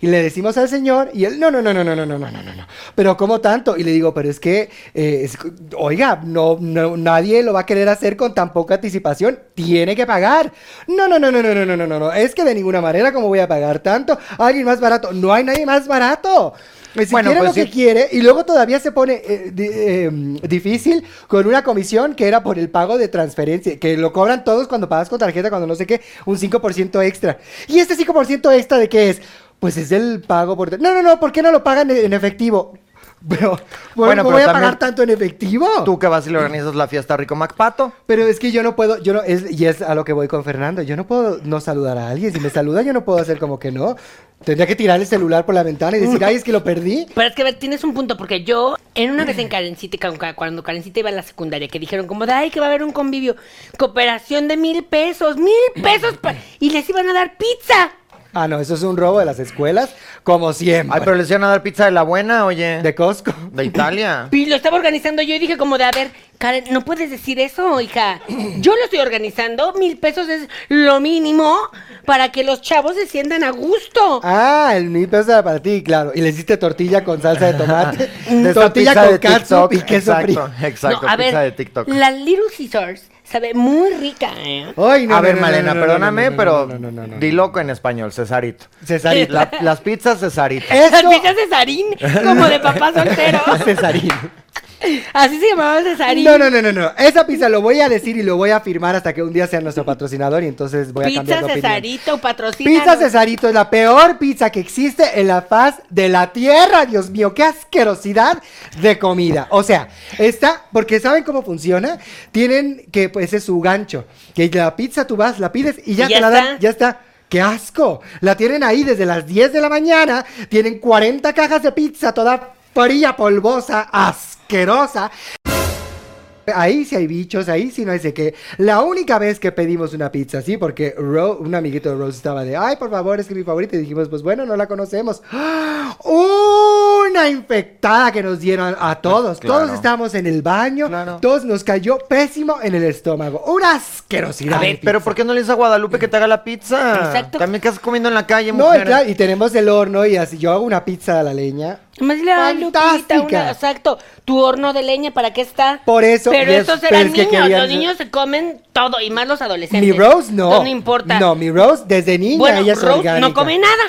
Speaker 4: Y le decimos al señor y él, no, no, no, no, no, no, no, no, no, no, no. Pero ¿cómo tanto? Y le digo, pero es que, eh, es- oiga, no, no, nadie lo va a querer hacer con tan poca anticipación. Tiene que pagar. No, no, no, no, no, no, no, no, no, no. Es que de ninguna manera, ¿cómo voy a pagar tanto? Alguien más barato. No hay nadie más barato. Ni
Speaker 3: Bueno,
Speaker 4: siquiera
Speaker 3: pues
Speaker 4: lo
Speaker 3: sí.
Speaker 4: que quiere y luego todavía se pone eh, di- eh, difícil con una comisión que era por el pago de transferencia, que lo cobran todos cuando pagas con tarjeta, cuando no sé qué, un 5% extra. ¿Y este 5% extra de qué es? Pues es el pago por... No, no, no, ¿por qué no lo pagan en efectivo? Pero, bueno,
Speaker 3: Bueno, pero
Speaker 4: ¿cómo voy a
Speaker 3: también-
Speaker 4: pagar tanto en efectivo?
Speaker 3: Tú que vas y le organizas la fiesta a Rico Macpato.
Speaker 4: Pero es que yo no puedo, yo no, es, y es a lo que voy con Fernando, yo no puedo no saludar a alguien. Si me saluda, yo no puedo hacer como que no. Tendría que tirar el celular por la ventana y decir, ay, es que lo perdí.
Speaker 1: Pero es que a ver, tienes un punto, porque yo, en una vez en Karencita, con- cuando Karencita iba a la secundaria, que dijeron como, de, ay, que va a haber un convivio, cooperación de mil pesos, mil pesos, pa-", y les iban a dar pizza.
Speaker 4: Ah, no, eso es un robo de las escuelas, como siempre.
Speaker 3: Ay, pero les iban a dar pizza de la buena, oye.
Speaker 4: pues. De Costco.
Speaker 3: De Italia.
Speaker 1: Y lo estaba organizando yo y dije como de, a ver, Karen, no puedes decir eso, hija. Yo lo estoy organizando, mil pesos es lo mínimo para que los chavos se sientan a gusto.
Speaker 4: Ah, el mil pesos era para ti, claro. Y le hiciste tortilla con salsa de tomate,
Speaker 3: De esa
Speaker 4: tortilla
Speaker 3: pizza
Speaker 4: con
Speaker 3: de
Speaker 4: catsup
Speaker 3: TikTok.
Speaker 4: y queso frío.
Speaker 3: Exacto, exacto.
Speaker 1: no, a
Speaker 3: pizza de
Speaker 1: ver,
Speaker 3: TikTok.
Speaker 1: la Little Scissors sabe muy rica, ¿eh?
Speaker 4: Ay, no,
Speaker 3: a
Speaker 4: no,
Speaker 3: ver,
Speaker 4: no, no,
Speaker 3: Malena,
Speaker 4: no, no,
Speaker 3: perdóname,
Speaker 4: no, no,
Speaker 3: pero
Speaker 4: no, no, no, no, no.
Speaker 3: dilo en español, Cesarito.
Speaker 4: Cesarito.
Speaker 3: La- las pizzas Cesarito.
Speaker 1: Las
Speaker 4: Eso-
Speaker 1: pizzas de Sarín, como de papá soltero.
Speaker 4: Cesarín.
Speaker 1: Así se llamaba Cesarín.
Speaker 4: No, no, no, no, no. Esa pizza lo voy a decir y lo voy a afirmar hasta que un día sea nuestro patrocinador y entonces voy a cambiar
Speaker 1: Pizza
Speaker 4: de opinión.
Speaker 1: Cesarito, patrocina.
Speaker 4: Pizza Cesarito es la peor pizza que existe en la faz de la tierra. Dios mío, qué asquerosidad de comida. O sea, esta, porque saben cómo funciona, tienen que, pues, es su gancho. Que la pizza tú vas, la pides y ya,
Speaker 1: Y ya
Speaker 4: te la dan,
Speaker 1: está.
Speaker 4: ya está. ¡Qué asco! La tienen ahí desde las 10 de la mañana, tienen 40 cajas de pizza toda fría, polvosa, asquerosa. Ahí sí hay bichos, ahí sí no hay sé qué. La única vez que pedimos una pizza, sí, porque Ro, un amiguito de Rose estaba de, ay, por favor, es que mi favorita. Y dijimos, pues bueno, no la conocemos. ¡Ah! una infectada que nos dieron a todos.
Speaker 3: Claro.
Speaker 4: Todos estábamos en el baño,
Speaker 3: Claro.
Speaker 4: todos nos cayó pésimo en el estómago. Una asquerosidad.
Speaker 5: A ver,
Speaker 4: de
Speaker 3: Pero
Speaker 4: pizza.
Speaker 3: ¿por qué no le dices a Guadalupe que te haga la pizza?
Speaker 1: Exacto.
Speaker 3: También que estás comiendo en la calle,
Speaker 4: No,
Speaker 3: mujer.
Speaker 4: claro, y tenemos el horno y así yo hago una pizza a la leña.
Speaker 1: Más le ay, Lupita, una,
Speaker 4: Fantástica.
Speaker 1: exacto. Tu horno de leña, ¿para qué está?
Speaker 4: Por eso,
Speaker 1: Pero
Speaker 4: y es-
Speaker 1: estos
Speaker 4: pero
Speaker 1: eran
Speaker 4: es que
Speaker 1: niños.
Speaker 4: querían-
Speaker 1: Los niños se comen todo, y más los adolescentes.
Speaker 4: Mi Rose no.
Speaker 1: No, no importa.
Speaker 4: No, mi Rose desde niña
Speaker 1: bueno,
Speaker 4: ella es
Speaker 1: Rose
Speaker 4: orgánica.
Speaker 1: no come nada.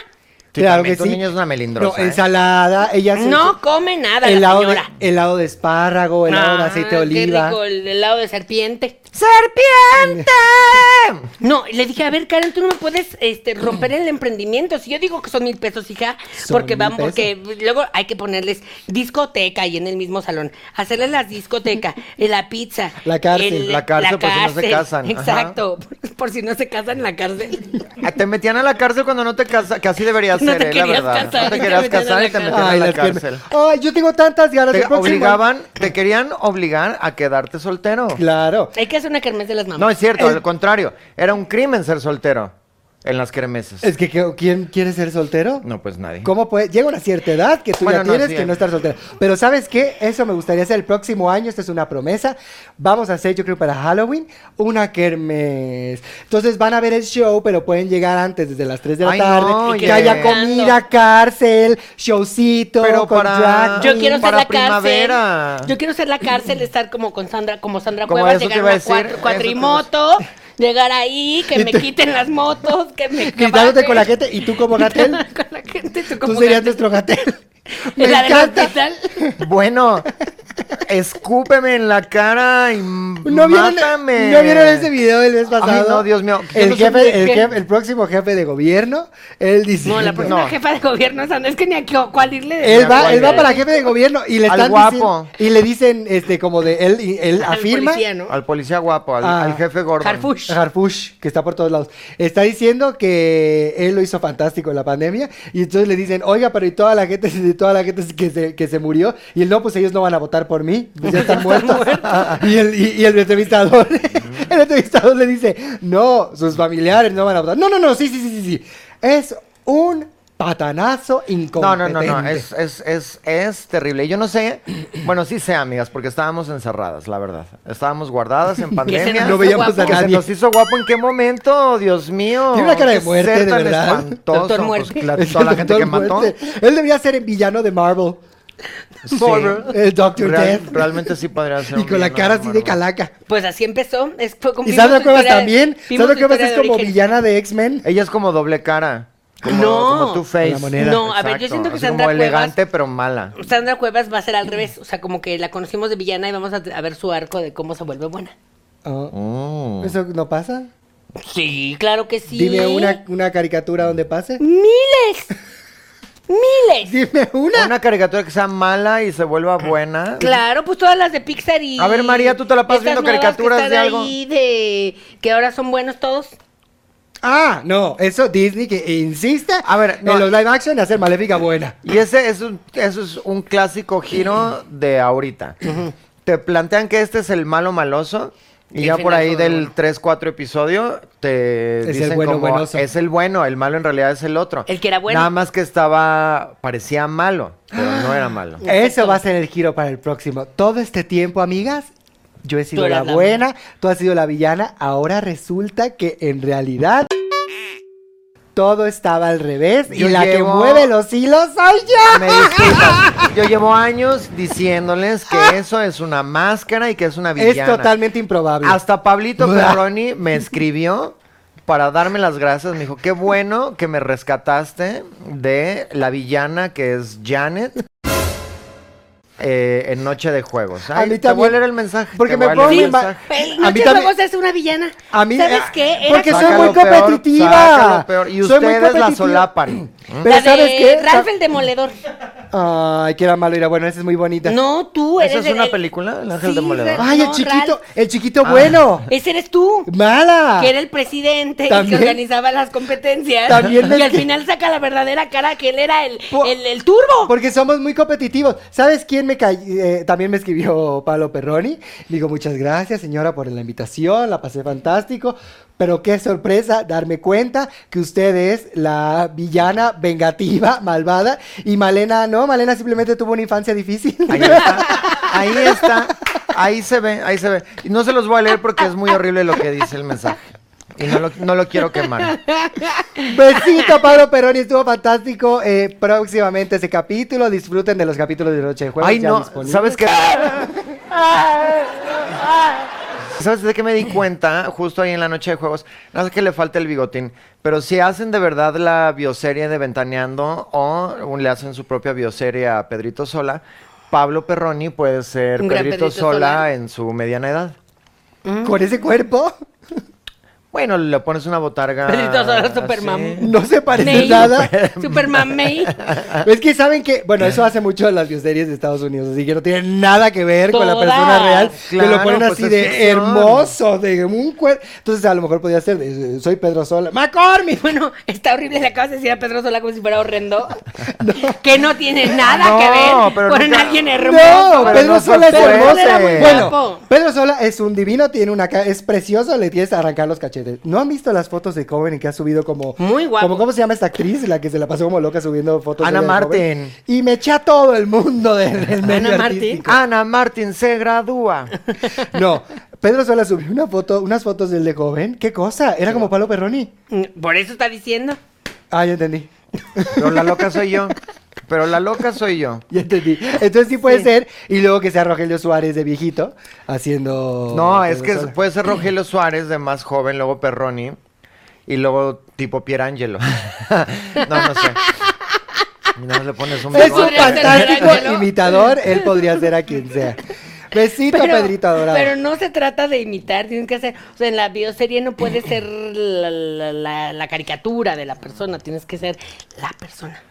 Speaker 3: Sí,
Speaker 4: claro
Speaker 3: también
Speaker 4: que
Speaker 3: tu
Speaker 4: sí.
Speaker 3: niña es una
Speaker 4: No,
Speaker 3: melindrosa. ¿eh?
Speaker 4: ensalada, ella se-
Speaker 1: No come nada la
Speaker 4: helado de,
Speaker 1: señora.
Speaker 4: helado de espárrago, helado de
Speaker 1: Ah,
Speaker 4: aceite de oliva.
Speaker 1: Qué rico el helado de serpiente.
Speaker 3: ¡Serpiente!
Speaker 1: No, le dije, a ver, Karen, tú no me puedes este, romper el emprendimiento. Si yo digo que son mil pesos, hija,
Speaker 4: Son
Speaker 1: porque
Speaker 4: mil
Speaker 1: van, porque luego hay que ponerles discoteca y en el mismo salón. Hacerles las discoteca, eh, la pizza.
Speaker 4: La cárcel,
Speaker 3: la cárcel por si no se
Speaker 1: cárcel.
Speaker 3: casan, ajá.
Speaker 1: Exacto, por, por si no se casan, la cárcel.
Speaker 3: Ah, Te metían a la cárcel cuando no te casaste, que así debería
Speaker 1: No
Speaker 3: ser,
Speaker 1: te
Speaker 3: eh, la
Speaker 1: querías
Speaker 3: verdad.
Speaker 1: casar,
Speaker 3: no te
Speaker 1: te
Speaker 3: querías
Speaker 1: metían a
Speaker 3: casar
Speaker 1: la
Speaker 3: y te metían
Speaker 1: cárcel.
Speaker 3: a la
Speaker 4: las piernas.
Speaker 3: cárcel.
Speaker 4: Ay, yo tengo tantas ganas
Speaker 3: Te
Speaker 4: de
Speaker 3: obligaban, te querían obligar a quedarte soltero.
Speaker 4: Claro.
Speaker 1: Hay que hacer una kermés de las mamás.
Speaker 3: No, es cierto, al contrario. Era un crimen ser soltero en las cremeses.
Speaker 4: Es que que- ¿quién quiere ser soltero?
Speaker 3: No, pues nadie.
Speaker 4: ¿Cómo puede? Llega una cierta edad que tú
Speaker 3: Bueno,
Speaker 4: ya
Speaker 3: no,
Speaker 4: tienes
Speaker 3: sí,
Speaker 4: que
Speaker 3: eh.
Speaker 4: no estar soltero. Pero ¿sabes qué? Eso me gustaría hacer el próximo año. Esta es una promesa. Vamos a hacer, yo creo, para Halloween, una kermés. Entonces van a ver el show, pero pueden llegar antes, desde las 3 de la
Speaker 3: Ay,
Speaker 4: tarde.
Speaker 3: no,
Speaker 4: que
Speaker 1: ya.
Speaker 4: haya comida, cárcel, showcito,
Speaker 3: Pero
Speaker 4: con
Speaker 3: para-
Speaker 4: drag
Speaker 1: Yo
Speaker 4: queen.
Speaker 1: quiero ser
Speaker 3: Para
Speaker 1: la
Speaker 3: primavera.
Speaker 1: cárcel. Yo quiero ser la cárcel, estar como con Sandra, como Sandra
Speaker 3: Como
Speaker 1: Cuevas,
Speaker 3: eso te
Speaker 1: llegar a
Speaker 3: iba a
Speaker 1: la
Speaker 3: decir,
Speaker 1: cuatro-
Speaker 3: eso
Speaker 1: cuatrimoto, llegar ahí, que me quiten las motos, que me que
Speaker 4: Gritándote
Speaker 1: bajen.
Speaker 4: con la gente y tú como gatel.
Speaker 1: Con la gente, tú
Speaker 4: Tú
Speaker 1: como
Speaker 4: serías
Speaker 1: gatel.
Speaker 4: nuestro gatel. Me
Speaker 1: En la del
Speaker 4: encanta.
Speaker 1: hospital.
Speaker 3: Bueno, escúpeme en la cara y
Speaker 4: ¿No vieron,
Speaker 3: mátame.
Speaker 4: ¿No vieron ese video del mes pasado?
Speaker 3: no, Dios mío. Yo
Speaker 4: El,
Speaker 3: no sé
Speaker 4: jefe,
Speaker 3: de
Speaker 4: el,
Speaker 3: qué.
Speaker 4: jefe- el próximo jefe de gobierno, él dice...
Speaker 1: No, la próxima jefa de gobierno, o sea, no es que ni a qué- cuál irle.
Speaker 4: Él va,
Speaker 3: Al
Speaker 4: él va
Speaker 3: guapo.
Speaker 4: para jefe de gobierno y le
Speaker 3: Al
Speaker 4: están
Speaker 3: guapo.
Speaker 4: dicien- y le dicen este como de él y él
Speaker 1: Al
Speaker 4: afirma
Speaker 1: policía, ¿no?
Speaker 3: Al policía guapo, al,
Speaker 4: Ah.
Speaker 3: al jefe gordo.
Speaker 1: Harfush.
Speaker 4: Harfush, que está por todos lados, está diciendo que él lo hizo fantástico en la pandemia y entonces le dicen, oiga, pero y toda la gente, y toda la gente que se, que se murió y él, no, pues ellos no van a votar por mí, pues ya están muertos. y, el, y, y el entrevistador, el entrevistador le dice, no, sus familiares no van a votar. No, no, no, sí, sí, sí, sí, sí. Es un patanazo
Speaker 3: No,
Speaker 4: incompetente.
Speaker 3: no, no, no, es, es, es, es terrible. Y Yo no sé, bueno, sí sé, amigas, porque estábamos encerradas, la verdad. Estábamos guardadas en pandemia.
Speaker 1: nos
Speaker 4: No
Speaker 1: hizo
Speaker 4: veíamos
Speaker 1: guapo.
Speaker 4: pues a
Speaker 3: Que se
Speaker 4: nadie.
Speaker 3: nos hizo guapo, ¿en qué momento? Dios mío.
Speaker 4: Tiene una cara de
Speaker 3: Qué
Speaker 4: muerte,
Speaker 3: ser
Speaker 4: de
Speaker 3: tan
Speaker 4: verdad.
Speaker 3: espantoso,
Speaker 1: Doctor
Speaker 3: pues,
Speaker 1: Muerte.
Speaker 3: claro,
Speaker 4: Es
Speaker 3: toda la
Speaker 4: el
Speaker 3: gente que
Speaker 4: Doctor
Speaker 3: mató.
Speaker 4: Muerte. Él debería ser el villano de Marvel.
Speaker 3: Sí.
Speaker 4: El Doctor
Speaker 3: Real-
Speaker 4: Death.
Speaker 3: Realmente sí podría ser.
Speaker 4: Y
Speaker 3: un
Speaker 4: con la
Speaker 3: villano
Speaker 4: cara así de
Speaker 3: Marvel.
Speaker 4: calaca.
Speaker 1: Pues así empezó. Es, fue
Speaker 4: Y
Speaker 1: cumplimos
Speaker 4: Sandra
Speaker 1: su
Speaker 4: Cuevas
Speaker 1: historia-
Speaker 4: también.
Speaker 1: vimos
Speaker 4: Sandra
Speaker 1: su historia
Speaker 4: Cuevas es
Speaker 1: de
Speaker 4: como
Speaker 1: origen.
Speaker 4: villana de X-Men.
Speaker 3: Ella es como doble cara. Como,
Speaker 1: Ah, No.
Speaker 3: Como tu face.
Speaker 4: La moneda.
Speaker 1: No, a ver, yo siento que
Speaker 3: es
Speaker 1: Sandra
Speaker 3: Como
Speaker 1: Cuevas-
Speaker 3: elegante, pero mala.
Speaker 1: Sandra Cuevas va a ser al revés, o sea, como que la conocimos de villana y vamos a, a ver su arco de cómo se vuelve buena.
Speaker 4: Oh,
Speaker 3: Mm.
Speaker 4: ¿Eso no pasa?
Speaker 1: Sí, claro que sí.
Speaker 4: Dime una, una caricatura donde pase.
Speaker 1: Miles. Miles.
Speaker 4: Dime una.
Speaker 3: Una caricatura que sea mala y se vuelva buena.
Speaker 1: Claro, pues todas las de Pixar y.
Speaker 3: A ver, María, ¿tú te la pasas
Speaker 1: estas
Speaker 3: viendo
Speaker 1: nuevas que
Speaker 3: caricaturas
Speaker 1: están
Speaker 3: de algo?
Speaker 1: ahí de que ahora son buenos todos.
Speaker 4: Ah, no. Eso Disney que insiste
Speaker 3: A ver, no.
Speaker 4: en los live action en hacer Maléfica buena.
Speaker 3: Y ese es un, eso es un clásico giro de ahorita. Te plantean que este es el malo maloso. Y
Speaker 1: El
Speaker 3: ya por
Speaker 1: final
Speaker 3: ahí
Speaker 1: todo el
Speaker 3: del
Speaker 1: bueno.
Speaker 3: 3, 4 episodio te
Speaker 4: Es el
Speaker 3: dicen
Speaker 4: bueno,
Speaker 3: como,
Speaker 4: buenoso.
Speaker 3: es el bueno, el malo en realidad es el otro.
Speaker 1: El que era bueno.
Speaker 3: Nada más que estaba, parecía malo, pero no
Speaker 1: Ah.
Speaker 3: era malo.
Speaker 4: Eso va a ser el giro para el próximo. Todo este tiempo, amigas, yo he sido
Speaker 1: Tú
Speaker 4: la
Speaker 1: eras la
Speaker 4: buena, tú has sido la villana. Ahora resulta que en realidad todo estaba al revés y
Speaker 3: Yo
Speaker 4: la
Speaker 3: llevo-
Speaker 4: que mueve los hilos soy yo.
Speaker 3: Me disculpas, yo llevo años diciéndoles que eso es una máscara y que es una villana.
Speaker 4: Es totalmente improbable.
Speaker 3: Hasta Pablito
Speaker 4: Blah.
Speaker 3: Perroni me escribió para darme las gracias. Me dijo, qué bueno que me rescataste de la villana que es Janet. eh, en Noche de Juegos.
Speaker 4: A
Speaker 3: Ay,
Speaker 4: mí
Speaker 3: te voy a
Speaker 4: también.
Speaker 3: leer el mensaje.
Speaker 4: Porque
Speaker 3: te voy
Speaker 4: me
Speaker 3: a leer
Speaker 4: pongo
Speaker 3: el
Speaker 4: en ba-
Speaker 3: mensaje.
Speaker 1: El
Speaker 4: Ah, A
Speaker 1: Pues,
Speaker 4: mí
Speaker 1: Noche de
Speaker 4: también-
Speaker 1: Juegos es una villana.
Speaker 4: A mí,
Speaker 1: ¿Sabes
Speaker 4: eh,
Speaker 1: qué? Era
Speaker 4: porque
Speaker 1: como
Speaker 4: soy muy
Speaker 3: Sácalo peor,
Speaker 4: competitiva.
Speaker 3: sácalo peor. Y
Speaker 4: Soy muy
Speaker 3: ustedes la
Speaker 4: competitiva.
Speaker 3: solapan.
Speaker 1: la
Speaker 4: Pero
Speaker 1: de
Speaker 4: ¿sabes qué?
Speaker 1: Ralph el Demoledor.
Speaker 4: Ay, que era malo. Mira, bueno, esa es muy bonita.
Speaker 1: No, tú eres.
Speaker 3: ¿Esa es
Speaker 1: el-
Speaker 3: una
Speaker 1: el-
Speaker 3: película, El Ángel
Speaker 1: Sí,
Speaker 3: Demoledor?
Speaker 1: Ralph,
Speaker 4: Ay, el
Speaker 1: no,
Speaker 4: chiquito,
Speaker 1: Ralph.
Speaker 4: el chiquito
Speaker 3: Ah.
Speaker 4: bueno.
Speaker 1: Ese eres tú.
Speaker 4: Mala.
Speaker 1: que era el presidente y que
Speaker 4: También.
Speaker 1: organizaba las competencias.
Speaker 4: También
Speaker 1: y
Speaker 4: es
Speaker 1: al
Speaker 4: que-
Speaker 1: final saca la verdadera cara que él era el,
Speaker 4: Por-
Speaker 1: el, el turbo.
Speaker 4: Porque somos muy competitivos. ¿Sabes quién me cay- eh, también me escribió Pablo Perroni? Digo, muchas gracias, señora, por la invitación, la pasé fantástico. Pero qué sorpresa darme cuenta que usted es la villana vengativa, malvada. Y Malena, no, Malena simplemente tuvo una infancia difícil.
Speaker 3: Ahí está. Ahí está. Ahí se ve, ahí se ve. Y no se los voy a leer porque es muy horrible lo que dice el mensaje. Y no lo, no lo quiero quemar.
Speaker 4: Besito, Pablo Peroni, estuvo fantástico. Eh, próximamente ese capítulo. Disfruten de los capítulos de Noche de Jueves.
Speaker 3: Ay,
Speaker 4: ya
Speaker 3: no.
Speaker 4: disponibles.
Speaker 3: ¿Sabes qué? ¿Sabes de qué me di cuenta? Justo ahí en la noche de juegos. No sé que le falta el bigotín. Pero si hacen de verdad la bioserie de Ventaneando o le hacen su propia bioserie a Pedrito Sola, Pablo Perroni puede ser
Speaker 1: Un gran
Speaker 3: Pedrito,
Speaker 1: Pedrito
Speaker 3: Sola,
Speaker 1: Sola.
Speaker 3: en su mediana edad.
Speaker 4: Con ese cuerpo
Speaker 3: Bueno, le pones una botarga.
Speaker 1: Pedrito Sola,
Speaker 3: así.
Speaker 1: Superman.
Speaker 4: no se parece
Speaker 1: Ney.
Speaker 4: nada.
Speaker 1: Superman May.
Speaker 4: Es que saben que, bueno, eso hace mucho en las bioseries de Estados Unidos, así que no tiene nada que ver con la persona
Speaker 1: Todas.
Speaker 4: real. que lo
Speaker 3: Claro,
Speaker 4: ponen
Speaker 3: pues
Speaker 4: así
Speaker 3: es
Speaker 4: de
Speaker 3: ficción.
Speaker 4: hermoso, de un cuerpo. Entonces a lo mejor podía ser, de, eh, soy Pedro Sola. ¡McCormick!
Speaker 1: Bueno, está horrible la cosa de decir a Pedro Sola como si fuera horrendo. Que no tiene nada
Speaker 3: Ah, No,
Speaker 1: que ver
Speaker 3: pero
Speaker 1: con
Speaker 3: nunca-
Speaker 1: alguien
Speaker 4: No,
Speaker 1: hermoso.
Speaker 3: pero
Speaker 4: Pedro
Speaker 3: no
Speaker 4: Sola es
Speaker 3: Pedro
Speaker 4: hermoso.
Speaker 3: era muy
Speaker 4: Bueno,
Speaker 1: guapo.
Speaker 4: Pedro Sola es un divino, tiene una ca- es precioso, le tienes que arrancar los cachetes. ¿No han visto las fotos de Coven y que ha subido como
Speaker 1: Muy guapo.
Speaker 4: Como cómo se llama esta actriz la que se la pasó como loca subiendo fotos
Speaker 3: Ana
Speaker 4: ella de joven?
Speaker 3: Martín.
Speaker 4: Y me eché a todo el mundo del, del medio
Speaker 1: Ana Martín.
Speaker 4: artístico.
Speaker 3: Ana Martín se gradúa.
Speaker 4: No, Pedro Sola subió una foto, unas fotos del de joven. ¿Qué cosa? Era como Pablo Perroni.
Speaker 1: Mm, Por eso está diciendo.
Speaker 4: Ah, ya entendí.
Speaker 3: Pero la loca soy yo. Pero la loca soy yo.
Speaker 4: Ya entendí. Entonces sí puede ser. Y luego que sea Rogelio Suárez de viejito haciendo.
Speaker 3: No,
Speaker 4: Pedro
Speaker 3: es que
Speaker 4: Sola.
Speaker 3: puede ser Rogelio Suárez de más joven, luego Perroni y luego tipo Pierangelo. no, no sé. No le pones un
Speaker 4: Es un
Speaker 3: bigote.
Speaker 1: Podría ser
Speaker 4: fantástico
Speaker 1: Michelangelo.
Speaker 4: imitador. Él podría ser a quien sea. Besito, Pedrito adorado.
Speaker 1: pero no se trata de imitar, tienes que hacer, o sea, en la bioserie no puede ser la, la- la- la caricatura de la persona, tienes que ser la persona.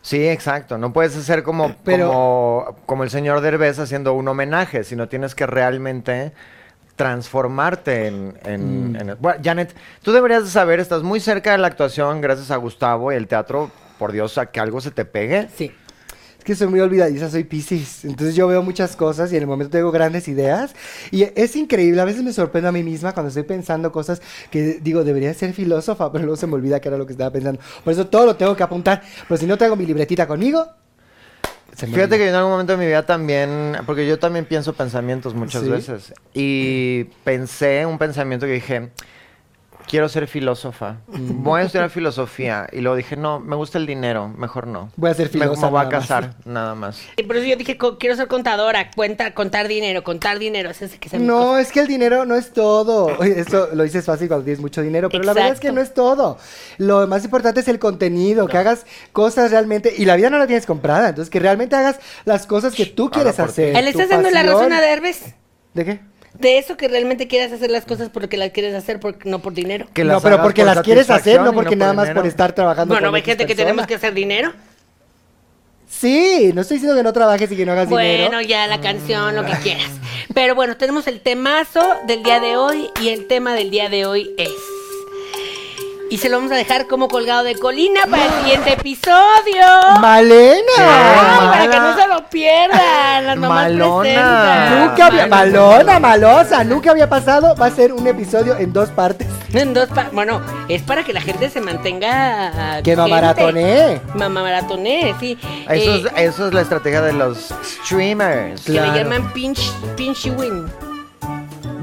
Speaker 3: Sí, exacto. No puedes hacer como,
Speaker 4: Pero-
Speaker 3: como, como el señor Derbez haciendo un homenaje, sino tienes que realmente transformarte en... en- en- Bueno, Janet, tú deberías de saber, estás muy cerca de la actuación gracias a Gustavo y el teatro, por Dios, a que algo se te pegue.
Speaker 1: Sí.
Speaker 4: Es que soy muy olvidadiza, soy Piscis. Entonces yo veo muchas cosas y en el momento tengo grandes ideas. Y es increíble, a veces me sorprendo a mí misma cuando estoy pensando cosas que digo, debería ser filósofa, pero luego se me olvida que era lo que estaba pensando. Por eso todo lo tengo que apuntar. Pero si no tengo mi libretita conmigo, se me
Speaker 3: Fíjate
Speaker 4: olvida.
Speaker 3: que yo en algún momento de mi vida también, porque yo también pienso pensamientos muchas
Speaker 4: Sí.
Speaker 3: veces, y pensé un pensamiento que dije, quiero ser filósofa,
Speaker 4: Mm.
Speaker 3: voy a estudiar filosofía, y luego dije, no, me gusta el dinero, mejor no.
Speaker 4: Voy a ser
Speaker 3: Me-
Speaker 4: filosa
Speaker 3: Me voy a
Speaker 4: nada más".
Speaker 3: casar, nada más.
Speaker 1: Y por eso yo dije, co- quiero ser contadora, cuenta, contar dinero, contar dinero, hacerse que sea mi cosa.
Speaker 4: No, es que el dinero no es todo. Oye, Esto lo dices fácil cuando tienes mucho dinero, pero la verdad es que
Speaker 1: Exacto.
Speaker 4: no es todo. Lo más importante es el contenido, que hagas cosas realmente. Y la vida no la tienes comprada, entonces que realmente hagas las cosas que tú quieres
Speaker 3: Ah, por ti.
Speaker 4: hacer.
Speaker 1: ¿Le
Speaker 4: tu
Speaker 1: estás dando la
Speaker 4: pasión.
Speaker 1: razón a Derbez?
Speaker 4: ¿De qué?
Speaker 1: De eso que realmente quieras hacer las cosas porque las quieres hacer, por- no por dinero.
Speaker 3: Que
Speaker 4: no,
Speaker 3: las
Speaker 4: pero
Speaker 3: hagas
Speaker 4: porque
Speaker 3: por
Speaker 4: las quieres hacer,
Speaker 3: satisfacción
Speaker 4: no
Speaker 3: y
Speaker 4: porque nada más
Speaker 3: dinero.
Speaker 4: por estar trabajando.
Speaker 1: Bueno,
Speaker 4: con
Speaker 1: ve
Speaker 4: X
Speaker 1: gente que tenemos que
Speaker 4: persona.
Speaker 1: hacer dinero.
Speaker 4: Sí, no estoy diciendo que no trabajes y que no hagas dinero. Mm. Ah.
Speaker 1: Bueno, ya la canción, lo que quieras. Pero bueno, tenemos el temazo del día de hoy y el tema del día de hoy es. Y se lo vamos a dejar como colgado de colina para el siguiente episodio. Ay,
Speaker 4: ¡Malena!
Speaker 1: para que
Speaker 3: mala.
Speaker 1: no se lo pierdan las mamás
Speaker 3: Malona.
Speaker 1: presentan.
Speaker 4: Nunca había...
Speaker 3: Malena.
Speaker 4: Malona, malosa, nunca había pasado. Va a ser un episodio en dos partes.
Speaker 1: En dos pa- bueno, es para que la gente se mantenga.
Speaker 4: Que va
Speaker 1: gente.
Speaker 4: maratoné.
Speaker 1: Mamá maratoné, sí.
Speaker 3: Eso
Speaker 1: Eh,
Speaker 3: es, eso es la estrategia de los streamers.
Speaker 1: Que
Speaker 4: Claro.
Speaker 1: le llaman pinch, pinch win.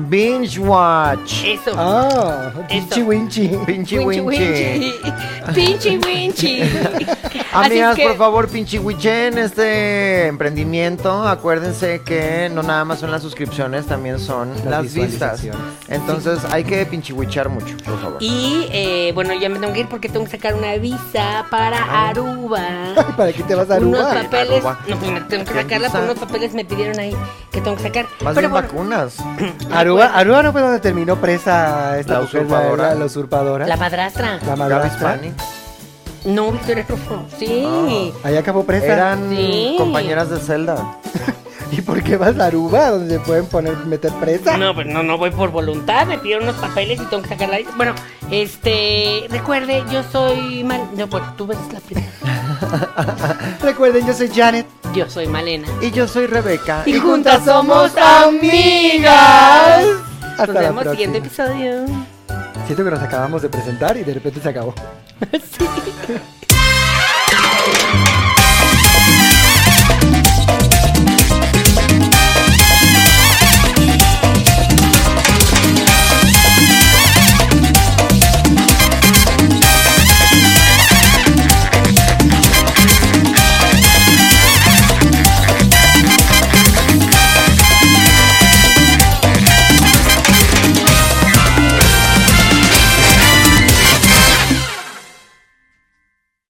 Speaker 3: Binge watch.
Speaker 4: Eh.
Speaker 1: Eso.
Speaker 4: Ah,
Speaker 1: Eso.
Speaker 4: pinche winchi.
Speaker 3: Pinche
Speaker 1: Winchi,
Speaker 3: winchi.
Speaker 1: winchi. Pinchi winchi. Así es
Speaker 3: Amigas,
Speaker 1: que-
Speaker 3: por favor, pinche Huiche, en este emprendimiento, acuérdense que no nada más son las suscripciones, también son
Speaker 4: Las
Speaker 3: las, vistas.
Speaker 4: visualizaciones.
Speaker 3: Entonces hay que pinche Huichear mucho, por favor.
Speaker 1: Y eh, bueno, ya me tengo que ir porque tengo que sacar una visa
Speaker 3: Ah.
Speaker 1: para Aruba.
Speaker 4: ¿Para qué te vas a
Speaker 1: Unos
Speaker 4: Aruba?
Speaker 1: papeles.
Speaker 3: Aruba.
Speaker 1: No, pues, me tengo que
Speaker 3: ¿Qué
Speaker 1: sacarla, pero
Speaker 3: visa?
Speaker 1: unos papeles me pidieron ahí que tengo que sacar.
Speaker 3: Más
Speaker 1: pero
Speaker 3: bien
Speaker 1: bueno,
Speaker 3: vacunas.
Speaker 4: Aruba, Aruba no fue donde terminó presa esta
Speaker 3: La
Speaker 4: mujer,
Speaker 3: usurpadora.
Speaker 4: La, la usurpadora.
Speaker 1: la madrastra.
Speaker 4: La
Speaker 3: Gaby
Speaker 4: madrastra.
Speaker 3: Spani.
Speaker 1: No, Victoria Rufo. Sí.
Speaker 3: Ah.
Speaker 4: Ahí acabó presa.
Speaker 3: Eran
Speaker 1: Sí.
Speaker 3: compañeras de celda.
Speaker 4: ¿Y por qué vas a Aruba? Donde te pueden poner, meter presa.
Speaker 1: No, pues no, no voy por voluntad, me pidieron unos papeles y tengo que sacar la visa. Bueno, este, recuerde, yo soy Mal... No, pues tú eres la primera.
Speaker 4: Recuerden, yo soy Janet.
Speaker 1: Yo soy Malena.
Speaker 3: Y yo soy Rebeca.
Speaker 1: Y juntas somos amigas.
Speaker 4: Hasta
Speaker 1: Nos
Speaker 4: la
Speaker 1: vemos
Speaker 4: próxima.
Speaker 1: siguiente episodio.
Speaker 4: Siento que nos acabamos de presentar y de repente se acabó.